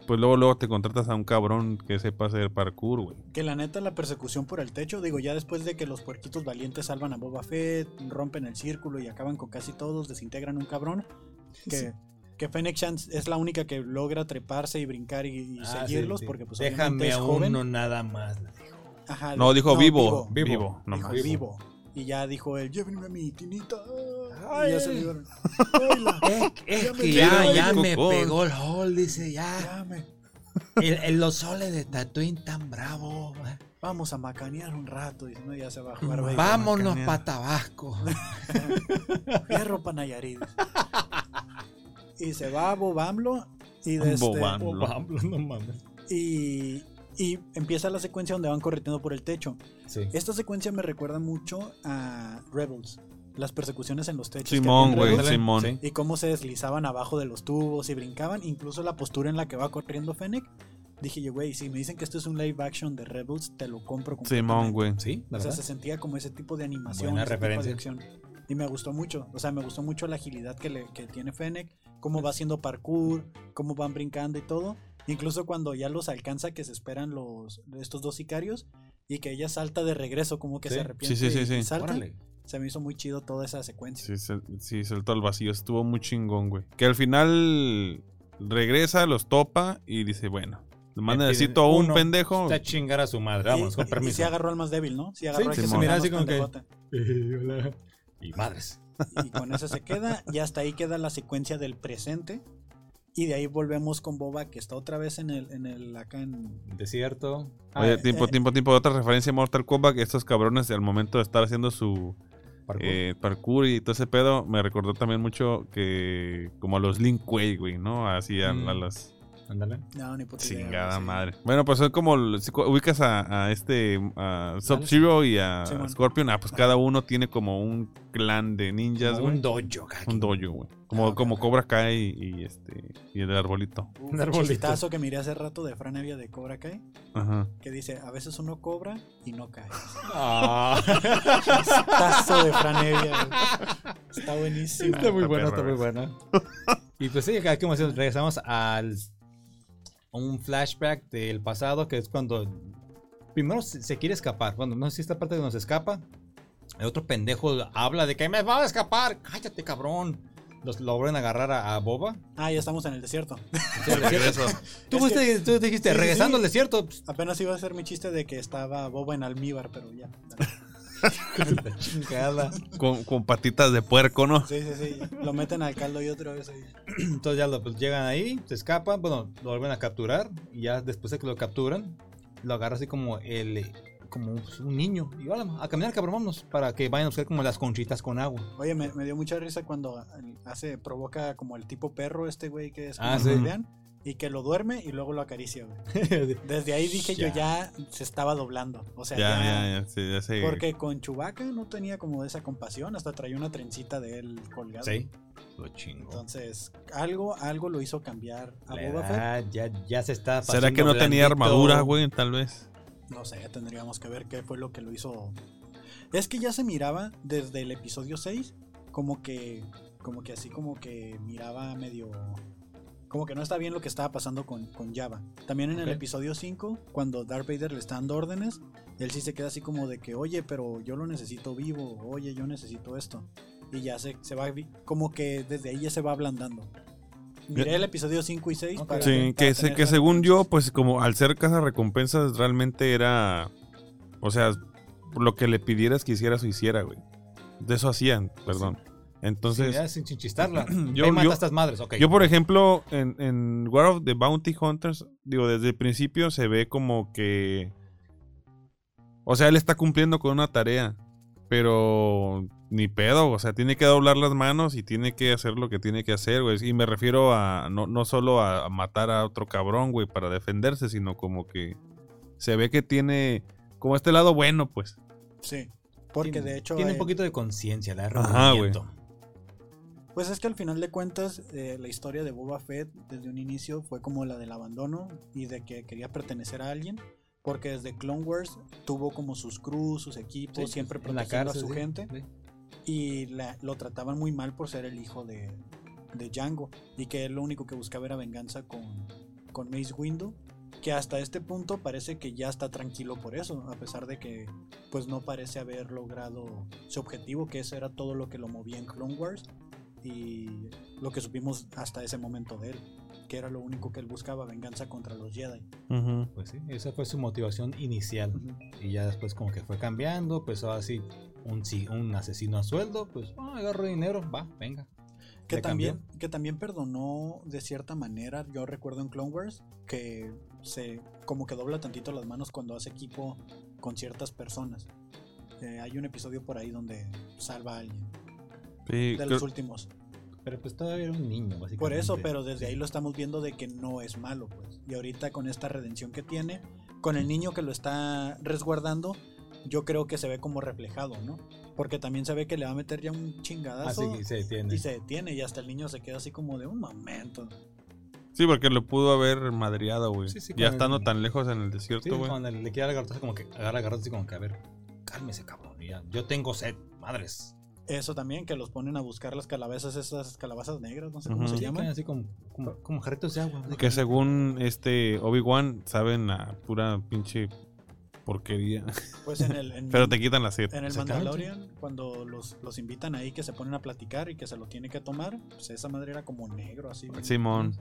A: pues luego luego te contratas a un cabrón que sepa hacer parkour, güey.
C: Que la neta, la persecución por el techo, digo, ya después de que los puerquitos valientes salvan a Boba Fett, rompen el círculo y acaban con casi todos, desintegran un cabrón. Que, que Fennec Chance es la única que logra treparse y brincar y, y
B: Ah, sí,
C: seguirlos,
B: sí.
C: porque pues obviamente
B: Déjame
C: es
B: a
C: joven.
B: uno nada más. le dijo.
C: Ajá,
A: No, dijo vivo,
C: Dijo
A: vivo,
B: Vivo.
A: nomás.
C: vivo. Y ya dijo él, llévenme a mi tinita.
B: Ay. ¿Eh?
C: Y ya se lo llevaron. Baila,
B: Es, es
C: Ya me
B: que
C: tiró
B: ya,
C: el
B: ya me
A: cocón.
B: pegó el hall, dice ya.
C: llame.
B: El, el- los soles de Tatooine tan bravo.
C: Vamos a macanear un rato. Y no, ya se va a jugar. béisbol.
B: Vámonos
A: Macanea.
B: para Tabasco.
C: Fierro pa' Nayarit. y se va a Bobamlo y, de este-
A: Bobamlo.
B: no mames.
C: y, y empieza la secuencia donde van correteando por el techo.
B: Sí.
C: Esta secuencia me recuerda mucho a Rebels, las persecuciones en los techos. que
A: Simón,
C: había en
A: güey,
C: Rebels,
A: Simón.
B: Sí.
C: Y cómo se deslizaban abajo de los tubos y brincaban, incluso la postura en la que va corriendo Fennec. Dije yo, güey, si me dicen que esto es un live action de Rebels, te lo compro
A: Simón,
C: completamente.
A: güey.
B: Sí, la
C: O sea,
B: verdad.
C: se sentía como ese tipo de animación.
B: Buena
C: ese tipo de
B: referencia.
C: acción. Y me gustó mucho. O sea, me gustó mucho la agilidad que, le, que tiene Fennec, cómo va haciendo parkour, cómo van brincando y todo. Incluso cuando ya los alcanza que se esperan los estos dos sicarios y que ella salta de regreso, como que
B: Sí.
C: se arrepiente
A: Sí, sí, sí,
C: y- y
A: sí.
C: salta.
B: Órale.
C: Se me hizo muy chido toda esa secuencia.
A: Sí, sal- sí, saltó al vacío. Estuvo muy chingón, güey. Que al final regresa, los topa y dice, bueno, nomás
B: Me piden
A: necesito un
B: Eh, uno.
A: pendejo.
B: Está a chingar a su madre. Vamos,
C: Y-
B: con
C: y- Y
B: permiso.
C: se agarró al más débil, ¿no? Sí, agarró al que se
A: Simón.
C: mira
B: Mira, así
C: más
B: como que-
C: pendejote.
B: Eh, hola. Y madres.
C: y con eso se queda. Y hasta ahí queda la secuencia del presente. Y de ahí volvemos con Boba, que está otra vez en el, en el acá en,
B: Desierto.
A: Oye,
C: Ah,
A: tiempo,
C: eh,
A: tiempo, tiempo. Otra referencia a Mortal Kombat. que Estos cabrones, al momento de estar haciendo su
B: parkour.
A: eh, parkour y todo ese pedo, me recordó también mucho que, como a los Link Way, güey, ¿no? Así a,
B: Mm.
A: a las
B: Ándale.
C: No, ni puta idea,
A: chingada
C: sí.
A: madre. Bueno, pues son como. el- si cu- ubicas a, a este. A Sub-Zero y a
C: Simón.
A: Scorpion. Ah, pues cada uno tiene como un clan de ninjas,
B: Como
A: güey.
B: un dojo. acá.
A: Un dojo, güey. Como,
C: Ah,
A: como Cobra Kai y, y este y el arbolito.
C: Uf,
B: Un arbolito.
C: chistazo que miré hace rato de Fran Evia de Cobra Kai,
A: Ajá.
C: que dice, a veces uno cobra y no cae.
B: Ah,
C: Chistazo de Fran Evia, güey. Está buenísimo.
B: está muy
A: Está
B: bueno,
A: perro,
B: está muy bueno. Y pues sí, acá como decíamos, regresamos al un flashback del pasado, que es cuando primero se, se quiere escapar. Bueno, no sé si esta parte que nos escapa. El otro pendejo habla de que me va a escapar. Cállate, cabrón. Los logran agarrar a, a Boba.
C: Ah, ya estamos en el desierto.
B: Sí, el desierto. Tú,
C: Es que-
B: fuiste- tú dijiste,
C: Sí, sí,
B: regresando
C: sí.
B: al desierto. Pss,
C: Apenas iba a hacer mi chiste de que estaba boba en almíbar, pero ya.
B: chingada.
A: Con, con patitas de puerco, ¿no?
C: Sí, sí, sí. Lo meten al caldo y otra vez ahí.
B: Entonces ya lo- pues, llegan ahí, se escapan, bueno, lo vuelven a capturar y ya después de que lo capturan, lo agarra así como el como un niño. Y ahora a caminar, cabrón, vámonos, para que vayan a buscar como las conchitas con agua.
C: Oye, me, me dio mucha risa cuando eh, hace, provoca como el tipo perro este güey que es
B: Ah,
C: como
B: sí.
C: guardián, y que lo duerme y luego lo acaricia, güey. Desde ahí dije yo ya se estaba doblando. O sea,
A: Ya,
C: ya,
A: ya, ya. Sí, ya sé.
C: Porque con Chubaca no tenía como esa compasión, hasta traía una trencita de él colgada.
B: sí, lo chingo.
C: Entonces, algo, algo lo hizo cambiar a
B: La
C: Boba Fett.
B: edad ya, ya se está
A: ¿Será
B: haciendo
A: que no tenía
B: blandito.
A: armadura, güey? Tal vez.
C: No sé, tendríamos que ver qué fue lo que lo hizo. Es que ya se miraba desde el episodio 6, como que, como que así como que miraba medio... Como que no está bien lo que estaba pasando con, con Java. También en
B: Ok.
C: el episodio 5, cuando Darth Vader le está dando órdenes, él sí se queda así como de que, oye, pero yo lo necesito vivo, oye, yo necesito esto. Y ya se, se va, vi- como que desde ahí ya se va ablandando. Miré el episodio 5 y 6
B: Ok.
C: para-
A: Sí,
C: para
A: que, se-
C: tener
A: que
C: esa-
A: según yo, pues como al ser casa recompensas realmente era, o sea, lo que le pidieras que hicieras o hiciera, güey. De eso hacían, perdón. Entonces,
B: Ya, sin, sin chistarla.
A: Yo-
B: Yo, mata
A: yo-
B: a estas madres, ok.
A: yo por ejemplo, en, en War of the Bounty Hunters, digo, desde el principio se ve como que, o sea, él está cumpliendo con una tarea, pero ni pedo, o sea, tiene que doblar las manos y tiene que hacer lo que tiene que hacer, güey. Y me refiero a no, no solo a matar a otro cabrón, güey, para defenderse, sino como que se ve que tiene como este lado bueno, pues.
C: Sí, porque
B: Tiene-
C: de hecho...
B: Tiene un
C: eh,
B: poquito de conciencia, la
A: Ajá,
B: Ajá,
A: güey.
B: güey.
C: Pues es que al final de cuentas, eh, la historia de Boba Fett desde un inicio fue como la del abandono y de que quería pertenecer a alguien, porque desde Clone Wars tuvo como sus crews, sus equipos, siempre protegiendo a su gente y la- lo trataban muy mal por ser el hijo de, de Django y que él lo único que buscaba era venganza con, con Mace Windu que hasta este punto parece que ya está tranquilo por eso a pesar de que pues no parece haber logrado su objetivo que eso era todo lo que lo movía en Clone Wars y lo que supimos hasta ese momento de él que era lo único que él buscaba venganza contra los Jedi
B: Pues sí, esa fue su motivación inicial. Y ya después como que fue cambiando, empezó así un, si- un asesino a sueldo, pues ah, agarro dinero, va, venga.
C: Que
B: Le
C: también, que también perdonó de cierta manera, yo recuerdo en Clone Wars, que se como que dobla tantito las manos cuando hace equipo con ciertas personas. Eh, hay un episodio por ahí donde salva a alguien,
A: Sí,
C: de
A: creo-
C: los últimos.
B: Pero pues todavía era un niño, básicamente.
C: Por eso, pero desde ahí lo estamos viendo de que no es malo, pues. Y ahorita con esta redención que tiene, con el niño que lo está resguardando, yo creo que se ve como reflejado, ¿no? Porque también se ve que le va a meter ya un
B: Así
C: chingadazo
B: que Ah, se detiene.
C: y se detiene y hasta el niño se queda así como de un momento.
A: sí, porque lo pudo haber madreado, güey.
B: Sí, sí,
A: ya
B: con
A: estando
B: el-
A: tan lejos en el
B: Sí,
A: desierto, güey.
B: cuando le queda la garrotazo, como que agarra la garrotazo así como que, a ver, cálmese, cabrón. y ya, yo tengo sed, madres.
C: Eso también, que los ponen a buscar las calabazas, esas calabazas negras, no sé cómo
A: Ujú.
C: se
B: Sí, caen
C: llaman.
B: así como, como, como jarritos de agua.
A: Que según este Obi-Wan saben a pura pinche porquería.
C: Pues en el, en,
A: Pero te quitan la sed.
C: en el
B: se caen,
C: Mandalorian, cuando los, los invitan ahí, que se ponen a platicar y que se lo tiene que tomar, pues esa madre era como negro, así. bien-
A: Simón,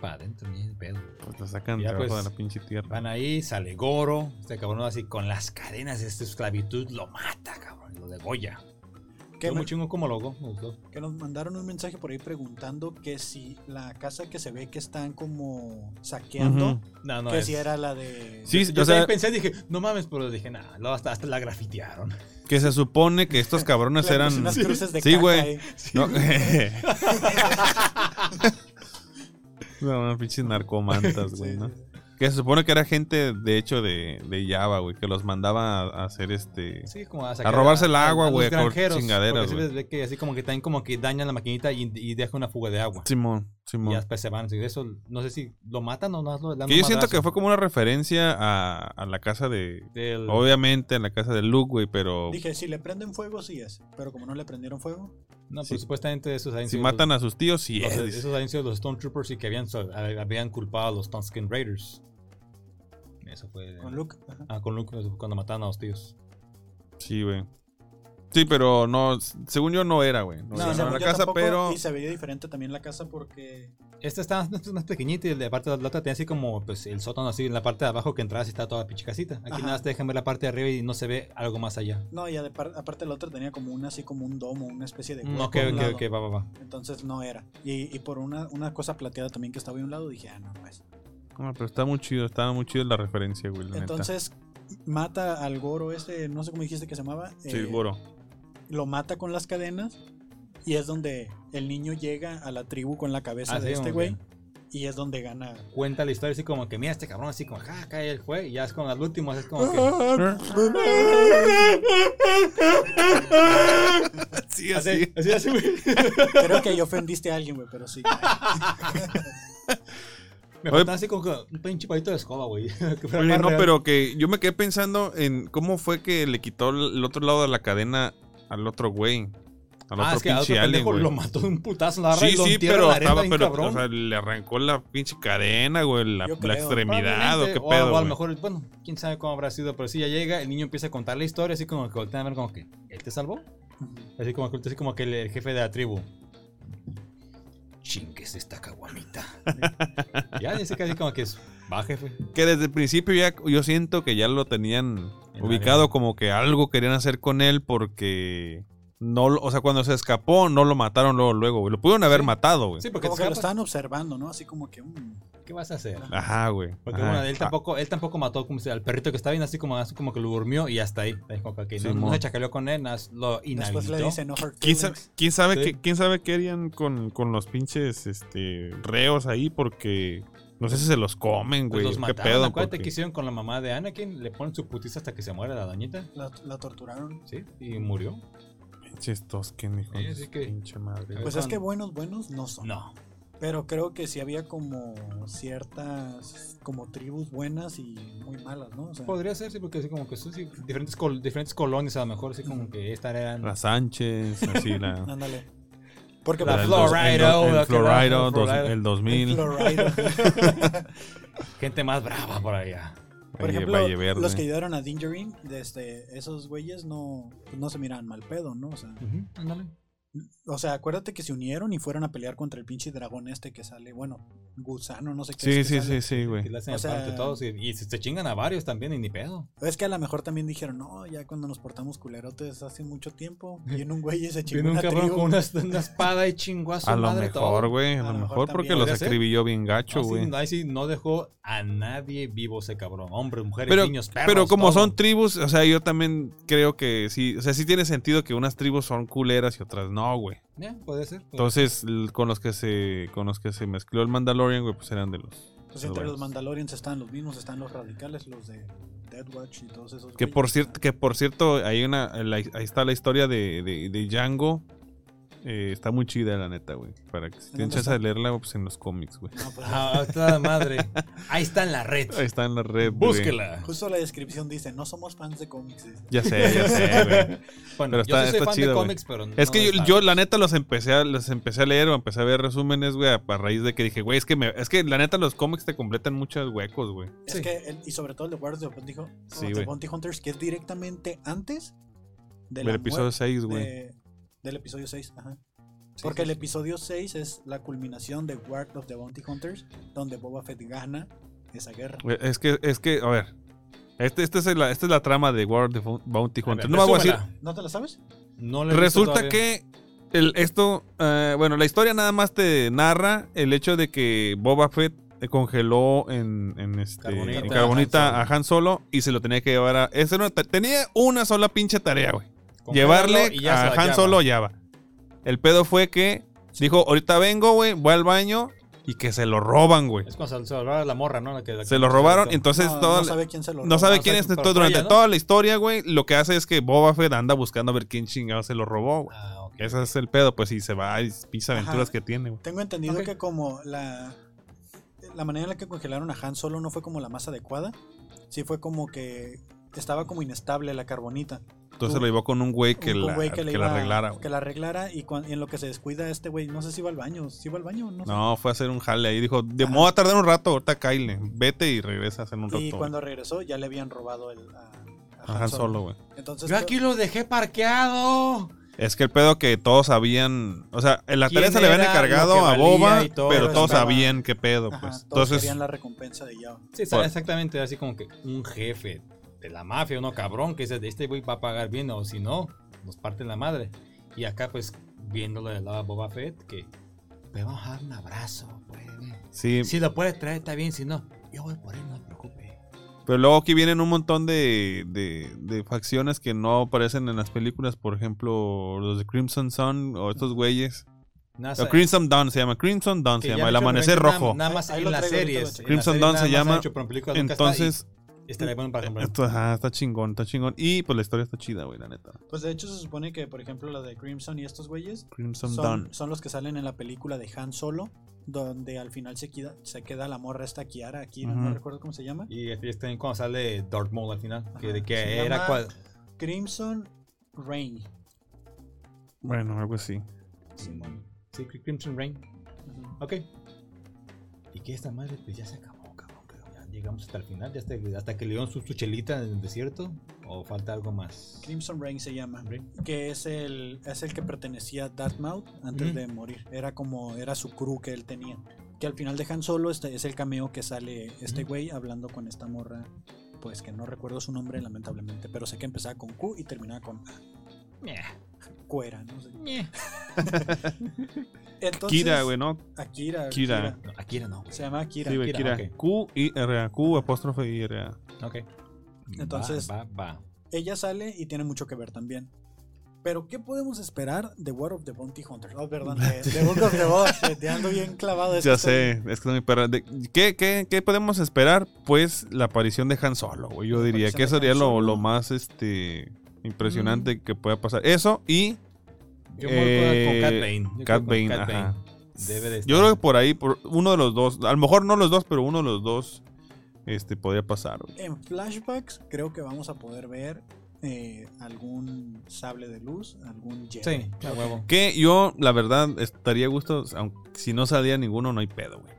B: Para adentro, ni de pedo.
A: pues la sacan
B: Ya,
A: debajo
B: pues,
A: de la pinche tierra.
B: Van ahí, sale Goro, este cabrón así con las cadenas de esta esclavitud lo mata, cabrón, lo degolla.
C: Que,
B: Qué
C: me-
B: muy chingo como logo, me gustó.
C: que nos mandaron un mensaje por ahí preguntando que si la casa que se ve que están como saqueando,
A: Ujú.
B: No, no,
C: que
B: es-
C: si era la de...
A: Sí,
B: Yo
A: o sea,
B: también pensé, dije, no mames, pero dije, nada, hasta, hasta la grafitearon.
A: que se supone que estos
C: le
A: cabrones
C: pusieron
A: eran.
C: unas cruces de
A: Sí,
C: caca eh.
A: güey.
C: ahí.
A: No, No, unos pinches narcomantas, güey, ¿no? Que se supone que era gente, de hecho, de, de Java, güey, que los mandaba a, a hacer este.
B: Sí, como a,
A: robarse el agua,
B: los
A: güey, a cor-
B: granjeros,
A: chingaderas,
B: porque sí
A: güey.
B: ves que así como que también como que dañan la maquinita y, y deja una fuga de agua.
A: Simón,
B: Y
A: Simón.
B: ya después se van. así, Eso, no sé si lo matan o no. Lo, le dan
A: Que
B: un
A: yo siento
B: madrazo.
A: que fue como una referencia a, a la casa de.
B: Del-
A: Obviamente, en la casa de Luke, güey, pero.
C: Dije, si le prenden fuego, sí es. Pero como no le prendieron fuego,
B: No,
A: Sí.
B: pero supuestamente esos habían
A: Si
B: sido
A: matan a sus tíos, sí
B: los,
A: es.
B: los-
A: dice.
B: esos habían sido los Stormtroopers y que habían, so- habían culpado a los Tonkin Raiders. Eso fue.
C: Con Luke. ajá.
B: Ah, con Luke eso fue cuando mataron a los tíos.
A: Sí, güey. Sí, pero no, s- según yo no era, güey. No,
C: Sí,
A: era
C: según
A: la
C: yo
A: casa,
C: tampoco,
A: pero...
C: Y se veía diferente también la casa porque.
B: Esta está más, más pequeñita y la parte de la otra tenía así como pues, el sótano así en la parte de abajo que entras y está toda la pinche casita. Aquí
C: Ajá.
B: nada más te dejan ver la parte de arriba y no se ve algo más allá.
C: No, y ade- par- aparte la otra tenía como una así como un domo, una especie de. hueco
B: No, Mm, ok,
C: a un
B: ok,
C: lado.
B: ok, va, va, va.
C: Entonces no era. Y, y por una, una cosa plateada también que estaba ahí a un lado, dije, ah, no, pues.
A: Ah, pero está muy chido, está muy chido la referencia, güey. La
C: Entonces mata al Goro este, no sé cómo dijiste que se llamaba.
A: neta. Sí,
C: eh,
A: el Goro.
C: Lo mata con las cadenas. Y es donde el niño llega a la tribu con la cabeza
B: Ah,
C: de
B: sí,
C: este
B: como
C: güey.
B: que
C: Y es donde gana.
B: Cuenta la historia así como que mira este cabrón así como acá cae el juez y ya es como al último es como que
A: sí,
B: así,
A: así.
B: así, así, güey.
C: Creo que ahí ofendiste a alguien, güey, pero sí.
B: Me
A: Oye.
B: faltaba así como que un pinche palito de escoba, güey. que fuera
A: Oye,
B: más
A: no,
B: real.
A: pero que yo me quedé pensando en cómo fue que le quitó el el otro lado de la cadena al otro güey. Al
B: Ah,
A: otro
B: es que al
A: pinche
B: otro
A: alien,
B: pendejo
A: güey.
B: lo mató de un putazo en la barra y
A: Sí,
B: lo
A: sí,
B: entierra en
A: pero
B: la arena
A: estaba,
B: bien
A: pero,
B: cabrón.
A: o sea, le arrancó la pinche cadena, güey, la,
C: Yo
A: la
C: creo.
A: extremidad o
B: Probablemente,
A: qué
B: o
A: pedo.
B: a
A: güey.
B: lo mejor, bueno, quién sabe cómo habrá sido, pero sí ya llega, el niño empieza a contar la historia, así como que voltean a ver como que, ¿él te salvó? Así como, que- así como que el, el jefe de la tribu. Chingues esta caguamita. ya, dice casi como que es, va jefe.
A: Que desde el principio ya yo siento que ya lo tenían
B: En
A: ubicado
B: área.
A: como que algo querían hacer con él porque no, lo- o sea, cuando se escapó no lo mataron luego luego, güey. Lo pudieron haber
B: Sí.
A: matado, güey.
B: Sí, porque
C: Como
B: te
C: que lo
B: escapas,
C: estaban observando, ¿no? Así como que. mm,
B: ¿qué vas a hacer?
A: Ajá, güey.
B: Porque
A: Ajá.
B: bueno, él tampoco, él tampoco mató como sea, al perrito que estaba bien, así como, así como que lo durmió y hasta ahí. Ahí como que, ok, no,
A: Simón.
B: no se chacaleó con él, nada más lo inhabilitó.
C: Después le dicen, no hurt
A: ¿Quién sabe,
C: feelings".
A: quién sabe
B: Sí.
A: qué, quién sabe qué harían con, con los pinches este reos ahí porque no sé si se los comen, güey.
B: Pues los
A: qué
B: mataron,
A: pedo.
B: acuérdate
A: porque-
B: que hicieron con la mamá de Anakin, le ponen su putiza hasta que se muere la doñita,
C: La, la torturaron.
B: ¿sí? Y murió.
A: Pinches Tosken, hijo de
B: Sí, así
A: su
B: que-
A: pinche madre.
B: A ver.
C: Pues es que buenos, buenos no son.
B: No.
C: Pero creo que sí había como ciertas como tribus buenas y muy malas, ¿no? O sea,
B: Podría ser, sí, porque así como que son sí, diferentes, col- diferentes colonias, a lo mejor, así como que esta eran.
A: La Sánchez, así la
C: ándale. Porque
B: La
A: el
C: pues,
A: dos-
B: Florida,
A: el, do-
B: la
A: el
B: que va,
A: Florida,
B: el
A: dos-
B: Florida.
A: el
C: el
A: 2000.
C: Florida.
B: gente más brava por allá.
C: Por
A: Valle-
C: ejemplo,
A: Valle Verde.
C: los que ayudaron a Dingerin, desde esos güeyes no, pues, no se miraban mal pedo, ¿no? O sea,
B: Ándale.
C: o sea, acuérdate que se unieron y fueron a pelear contra el pinche dragón este que sale, bueno, gusano, no sé qué.
A: Sí,
C: es que
A: sí,
C: sale.
A: sí, sí, güey.
B: Y le hacen
C: O
B: el pan
C: sea-
B: de todos. Y, y se, se chingan a varios también, y ni pedo.
C: Es que a lo mejor también dijeron, no, ya cuando nos portamos culerotes hace mucho tiempo, viene un güey y se chingó
B: Viene un
C: una
B: cabrón
C: tribu.
B: con una, una espada y chingó a su
A: A lo
B: madre
A: mejor,
B: todo.
A: güey. A, lo
C: A lo
A: mejor
C: mejor
A: porque
C: también.
A: los
B: Podría ser.
A: escribilló bien gacho,
B: No, sí,
A: güey.
B: ahí sí no dejó a nadie vivo ese cabrón. Hombres, mujeres,
A: pero,
B: niños, perros.
A: pero como
B: todo.
A: son tribus, o sea, yo también creo que sí. O sea, sí tiene sentido que unas tribus son culeras y otras no, güey.
B: Eh, puede ser. puede
A: Entonces, l- con los que se con los que se mezcló el Mandalorian, güey, pues eran de los.
C: Pues entre
A: Bueno.
C: los Mandalorians están los mismos, están los radicales, los de Death Watch y todos esos.
A: Que
C: güeyes,
A: por
C: o sea,
A: cierto, que por cierto, hay una, la- ahí está la historia de, de, de Django. Eh, está muy chida, la neta, güey. Para que si tienen
C: dónde
A: chance
C: está?
A: de leerla, pues en los cómics, güey.
C: no, pues,
B: Ah, está la madre. Ahí está en la red.
A: Ahí está eh, en la red. güey.
B: Búsquela.
C: Justo la descripción dice, no somos fans de cómics. dice.
A: Ya sé, ya sé, güey. Pero
B: Bueno, yo
A: está-
B: sí soy
A: está
B: fan
A: chido,
B: de
A: güey.
B: cómics, pero no
A: Es que
B: de
A: yo,
B: Star
A: yo,
B: Wars.
A: la neta los empecé a, los empecé a leer o empecé a ver resúmenes, güey, a, a raíz de que dije, güey, es que me, es que la neta los cómics te completan muchos huecos, güey.
B: Sí.
C: Es que, él- y sobre todo el de Guardians of the Bounty, Hun-
A: Sí,
C: of the
A: güey.
C: Bounty Hunters, que es directamente antes del
A: Del episodio 6, güey.
C: del episodio 6. Ajá. Porque el episodio 6 es la culminación de Guard of the Bounty Hunters, donde Boba Fett gana esa guerra.
A: Güey, Eh, Es que, es que, a ver. Este, este es la, esta es la trama de World of the Bounty
B: A ver,
A: Hunter. No me voy a decir.
B: resúmela.
C: ¿No te la sabes?
B: No la he visto
A: Resulta
B: todavía.
A: que el, esto, eh, bueno, la historia nada más te narra el hecho de que Boba Fett eh, congeló en, en este,
B: Carbonita.
A: en carbonita a Han Solo y se lo tenía que llevar a... ese no- tenía una sola pinche tarea, güey. Llevarle
B: Congélalo y ya se
A: a
B: la
A: Han
B: llama.
A: Solo Java. El pedo fue que dijo, ahorita vengo, güey, voy al baño y que se lo roban, güey.
B: Es cuando se- se lo robaron a la morra, ¿no? La que- la que-
A: Se lo robaron,
B: la que-
A: entonces
C: no,
A: toda
C: no
A: la-
C: sabe quién se lo
A: no
C: robó.
A: sabe
B: no
A: quién
B: sabe
A: es. Entonces,
B: quién fue ella,
A: durante
B: ¿no?
A: toda la historia, güey, lo que hace es que Boba Fett anda buscando a ver quién chingado se lo robó, güey.
B: Ah, ok.
A: Ese es el pedo, pues, y se va y pisa
C: Ajá.
A: aventuras que tiene, güey.
C: Tengo entendido
B: Ok.
C: que como la, la manera en la que congelaron a Han Solo no fue como la más adecuada. Sí fue como que estaba como inestable la carbonita.
A: Entonces se lo llevó con un güey que,
C: Uh, un- un
A: la,
C: güey
A: que,
C: le
A: la
C: iba-
A: arreglara. güey.
C: Que la arreglara y, cuan- y en lo que se descuida este güey, no sé si va al baño, si va al baño, no, sé.
A: No, fue a hacer un jale ahí. Dijo, de modo a tardar un rato, ahorita Kyle. Vete y regresa a hacer un rato.
C: Y
A: güey.
C: cuando regresó ya le habían robado el a, a
A: Ajá, solo, güey.
C: Entonces,
B: Yo aquí lo dejé parqueado.
A: Es que el pedo que todos sabían, o sea, en la
B: ¿Quién
A: tarea se le habían
B: era,
A: encargado
B: lo que
A: a
B: valía
A: Boba,
B: y todo,
A: pero todos
C: estaba-
A: sabían qué pedo,
C: ajá,
A: pues.
C: todos
A: Entonces,
C: querían la recompensa de Yao.
B: Sí,
A: Por-
B: exactamente así como que un jefe de la mafia, uno cabrón, que dice, este güey va a pagar bien o si no, nos parten la madre. Y acá pues viéndolo del lado de Boba Fett, que pues vamos a dar un abrazo. Pues.
A: sí,
B: Si lo puedes traer está bien, si no, yo voy por él, no te preocupes.
A: pero luego aquí vienen un montón de, de- de facciones que no aparecen en las películas, por ejemplo, los de Crimson Sun o estos güeyes.
B: Nada,
A: O Crimson Dawn se llama, Crimson Dawn se
B: que ya
A: llama, El
B: me creo que
A: Amanecer
B: nada-
A: Rojo.
B: Nada más
C: Ahí
B: en
C: lo
B: las
C: traigo, ahorita lo
B: series.
C: checo.
B: en las
A: Crimson
B: series
A: Dawn
B: nada
A: se
B: más han
A: llama,
B: hecho, pero en películas nunca está,
A: Entonces,
B: y este estaría bueno para comprar.
A: esto, ajá, está chingón, está chingón. Y pues la historia está chida, güey, la neta.
C: Pues de hecho se supone que, por ejemplo, la de Crimson y estos güeyes
A: Crimson Dawn.
C: son, son los que salen en la película de Han Solo, donde al final se queda, se queda la morra esta Kiara, aquí no
A: Ujú.
C: recuerdo cómo se llama.
B: Y este es también cuando sale Darth Maul al final, que,
C: Ajá,
B: que
C: se
B: era
C: llama-
B: cual-
C: Crimson Rain.
A: Bueno, algo así.
B: Simón. Sí, Cri- Crimson Rain.
C: Ujú.
B: Ok. ¿Y qué esta madre? Pues ya se acabó, cabrón. creo. Ya llegamos hasta el final, ya hasta, hasta que le dieron su, su chelita en el desierto. ¿O falta algo más?
C: Crimson Rain se llama.
B: Rain.
C: Que es el, es el que pertenecía a Darth Maul antes
B: Ujú.
C: de morir. Era como, era su crew que él tenía. Que al final de Han Solo este, es el cameo que sale este
B: Ujú.
C: güey hablando con esta morra. Pues que no recuerdo su nombre lamentablemente, pero sé que empezaba con Q y terminaba con
B: Meh,
C: Cuera, no sé.
B: meh.
C: Entonces,
A: Kira, güey, ¿no?
C: Akira,
A: Kira.
C: Kira.
B: No, aquí era no, güey.
C: Se llama Akira.
A: Sí, güey,
B: Kira,
A: Kira.
B: ok.
A: Q y R, Q apóstrofe y R.
B: Ok.
C: Entonces-
B: Va, va, va.
C: Ella sale y tiene mucho que ver también. Pero, ¿qué podemos esperar de War of the Bounty Hunter? Oh, perdón, de, de Book of the Boss. Te ando bien clavado. es que
A: Ya
C: estoy-
A: sé, es que es mi perra. De- ¿qué, qué, qué podemos esperar? Pues la aparición de Han Solo, güey. Yo
C: La
A: diría
C: aparición
A: que
C: de
A: eso
C: Han
A: sería lo,
C: Solo. Mm.
A: lo más este impresionante que pueda pasar. Eso y
B: Yo voy con- con Cat
A: Eh,
B: Bane. Yo creo
A: Cat
B: con
A: Bane, ajá.
B: Debe de estar.
A: yo creo que por ahí, por uno de los dos, a lo mejor no los dos, pero uno de los dos este podría pasar. güey.
C: En flashbacks, creo que vamos a poder ver eh, algún sable de luz, algún Jedi.
B: Sí, a huevo.
A: Que yo, la verdad, estaría a gusto, aunque si no salía ninguno, no hay pedo, güey.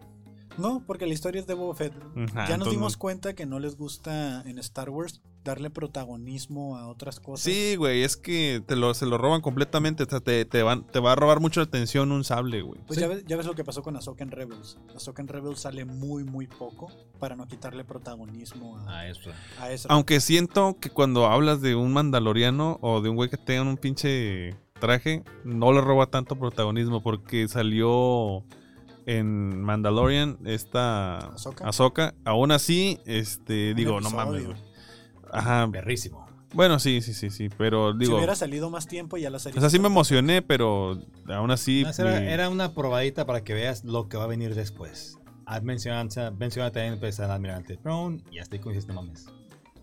C: No, porque la historia es de Boba Fett.
B: Ah,
A: Ajá,
C: ya nos
A: Ah, entonces
C: dimos
A: no-
C: cuenta que no les gusta en Star Wars darle protagonismo a otras cosas.
A: Sí, güey, es que te lo, se lo roban completamente. o sea, te, te van, te va a robar mucho la atención un sable, güey.
C: Pues ya, ves, ya ves lo que pasó con Ahsoka en Rebels. Ahsoka en Rebels sale muy, muy poco para no quitarle protagonismo a,
B: Ah, eso.
C: a Ezra.
A: Aunque siento que cuando hablas de un mandaloriano o de un güey que tenga un pinche traje, no le roba tanto protagonismo porque salió en Mandalorian esta
C: Ahsoka.
A: Ahsoka. Aún así, este,
C: Un
A: digo, no
C: episodio.
A: mames, güey. Ajá.
B: Berrísimo.
A: Bueno, sí, sí, sí, sí, pero
C: si
A: digo,
C: hubiera salido más tiempo, ya la serie.
A: o sea, sí me emocioné, pero aún así...
B: No, esa era,
A: mi-
B: era una probadita para que veas lo que va a venir después. Haz mención, menciona también pues, al almirante Brown y hasta ahí coincides, no mames.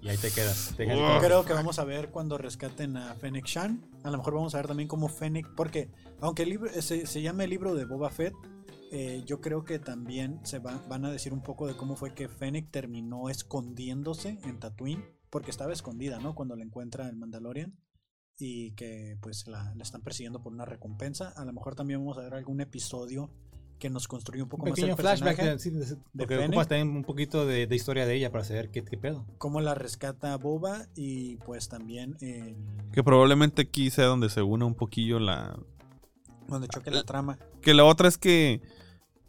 B: Y ahí te quedas. Te quedas
A: Wow.
B: como-
C: Creo que vamos a ver cuando rescaten a Fennec Shan. A lo mejor vamos a ver también cómo Fennec. Porque aunque el libro, eh, se, se llame el libro de Boba Fett, eh, yo creo que también se va- van a decir un poco de cómo fue que Fennec terminó escondiéndose en Tatooine. Porque estaba escondida, ¿no? Cuando la encuentra el Mandalorian. Y que pues la, la están persiguiendo por una recompensa. A lo mejor también vamos a ver algún episodio que nos construya un
B: un
C: poco más el
B: pequeño flashback.
C: personaje.
B: De, sí, de- porque
C: Fennec.
B: ocupas también un poquito de, de historia de ella para saber qué, qué pedo.
C: Cómo la rescata Boba. Y pues también eh,
A: Que probablemente aquí sea donde se une un poquillo la,
C: donde choque la trama.
A: Que la otra es que.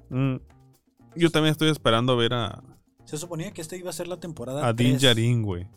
A: mm, yo también estoy esperando ver a,
C: Se suponía que esta iba a ser la temporada.
A: a Din
C: tres.
A: Djarin, güey.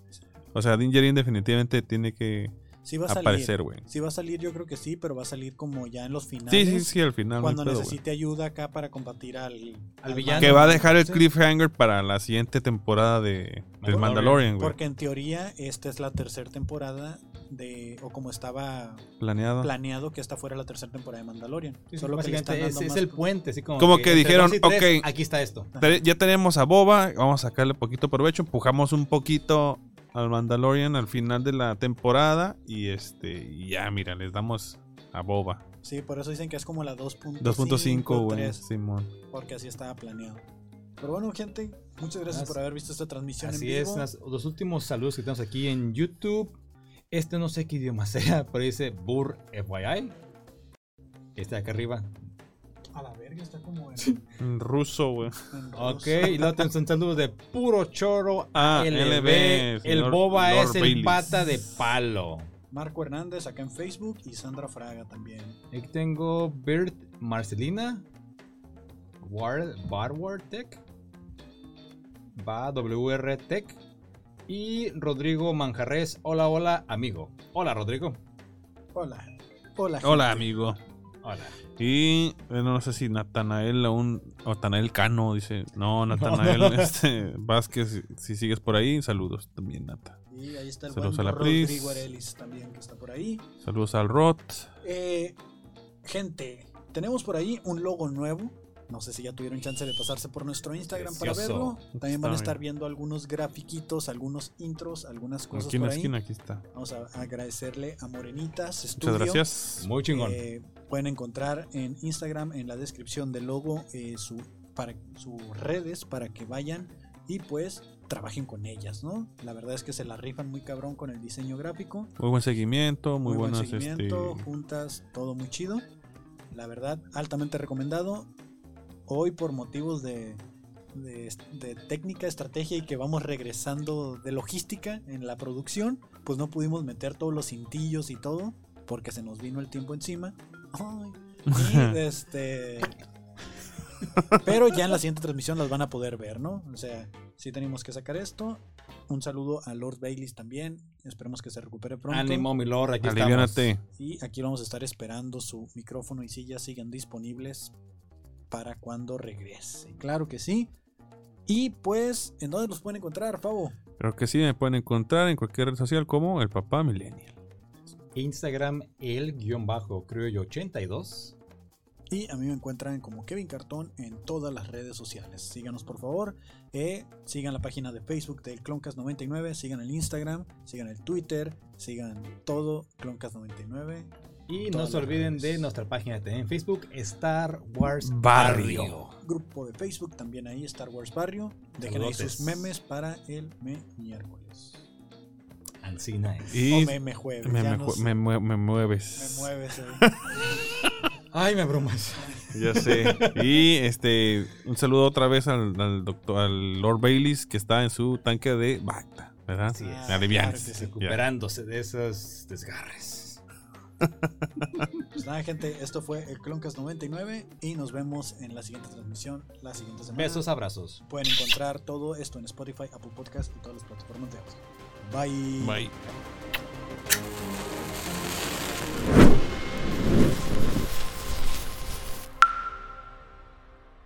A: O sea, Din Djarin definitivamente tiene que
C: Sí va a salir.
A: aparecer, güey.
C: Sí va a salir, yo creo que sí, pero va a salir como ya en los
A: Sí,
C: finales.
A: sí, sí, al final. no hay
C: Cuando
A: pedo, güey.
C: necesite ayuda acá para combatir al,
B: villano.
A: que va a dejar el
C: Sí.
A: cliffhanger para la siguiente temporada de, del
B: Mandalorian.
A: Mandalorian, güey.
C: Porque en teoría esta es la tercera temporada de. O como estaba
A: Ah. Planeado.
C: planeado que esta fuera la tercera temporada de Mandalorian. Solo que le
B: Básicamente
C: están
B: es,
C: dando
B: es
C: más-
B: el puente. Así como,
A: Como que
B: entre
A: dijeron,
B: dos y tres,
A: ok.
B: Aquí está esto.
A: Te- Ya tenemos a Boba, vamos a sacarle poquito provecho, empujamos un poquito al Mandalorian al final de la temporada y este y ya, mira, les damos a Boba.
C: Sí, por eso dicen que es como la 2.5.
A: 2.5, güey,
C: 3,
A: Simón.
C: Porque así estaba planeado. Pero bueno, gente, muchas gracias
B: Así-
C: por haber visto esta transmisión
B: Así
C: en
B: es.
C: vivo.
B: las- los últimos saludos que tenemos aquí en YouTube. Este no sé qué idioma sea, pero dice Burr FYI. Este de acá arriba.
C: A la verga, está como en,
A: En ruso, güey.
C: en ruso.
B: Ok, y luego tenemos un saludo de Puro Choro
A: Ah,
B: LB.
A: LB,
B: El
A: señor
B: boba
A: Lord
B: es el
A: Baileys.
B: pata de palo.
C: Marco Hernández acá en Facebook y Sandra Fraga también.
B: Aquí tengo Bert Marcelina. War, Barwar Tech. Va WR Tech. Y Rodrigo Manjarres. Hola, hola, amigo. Hola, Rodrigo.
C: Hola. Hola.
A: Hola, amigo.
B: Hola.
A: Y bueno, no sé si Natanael aún. Natanael Cano dice. No, Natanael Este, Vázquez, si sigues por ahí, saludos también, Nata.
C: gente. Y ahí está el
A: Saludos
C: buen
A: a la Pris.
C: Rodrigo Arelis también que está por ahí.
A: Saludos al Rot.
C: Eh, gente, tenemos por ahí un logo nuevo. No sé si ya tuvieron chance de pasarse por nuestro Instagram para
B: Precioso.
C: verlo. También van a
A: Está
C: estar
A: bien.
C: viendo algunos grafiquitos, algunos intros, algunas cosas
A: Aquí en la
C: por ahí.
A: esquina, aquí está.
C: Vamos a agradecerle a Morenitas Studio.
A: Muchas gracias.
B: Muy chingón.
C: Eh, pueden encontrar en Instagram, en la descripción del logo, eh, su, para, sus redes para que vayan y pues trabajen con ellas, ¿no? La verdad es que se la rifan muy cabrón con el diseño gráfico.
A: Muy buen seguimiento, muy,
C: Muy, buen
A: buenas.
C: seguimiento,
A: este,
C: juntas, todo muy chido. La verdad, altamente recomendado. Hoy por motivos de, de- de técnica, estrategia y que vamos regresando de logística en la producción, pues no pudimos meter todos los cintillos y todo porque se nos vino el tiempo encima. Ay, y, este... Pero ya en la siguiente transmisión las van a poder ver, ¿no? O sea, sí tenemos que sacar esto. Un saludo a Lord Baileys también. Esperemos que se recupere pronto.
B: Ánimo, mi lord, aquí
A: aliviánate.
C: Y aquí vamos a estar esperando su micrófono y sillas sigan disponibles para cuando regrese. Claro que sí. Y pues, ¿en dónde los pueden encontrar, Favo?
A: Creo que sí, me pueden encontrar en cualquier red social como el papá millennial.
B: estamos. Instagram, el guión bajo, creo yo, 82.
C: Y a mí me encuentran como Kevin Cartón en todas las redes sociales. Síganos por favor. eh, sigan la página de Facebook del Cloncast99. Sigan el Instagram. Sigan el Twitter. Sigan todo Cloncast99.
B: Y no
C: Todas
B: se
C: las
B: olviden
C: redes.
B: de nuestra página también en Facebook, Star Wars
A: Barrio.
B: Barrio.
C: Grupo de Facebook también ahí, Star Wars Barrio. Dejen ahí sus
B: Saludotes.
C: memes para el me miércoles.
B: Ancina es.
A: Y
C: o meme jueves.
A: me,
C: ya
A: me
C: no
A: jue-
C: sé.
A: me mue- me mueves.
C: Me mueves. eh.
B: Ay, me abrumas.
A: Ya sé. Y este, un saludo otra vez al, al doctor, al Lord Baileys que está en su tanque de Bacta, ¿verdad?
B: Así es.
A: Me alivianes.
C: Claro que sí.
A: Ya.
B: Recuperándose de esos desgarres.
C: Pues nada, gente, esto fue el Cloncast 99 y nos vemos en la siguiente transmisión, la siguiente semana.
B: Besos, abrazos.
C: Pueden encontrar todo esto en Spotify, Apple Podcast y todas las plataformas de audio. Bye.
A: Bye.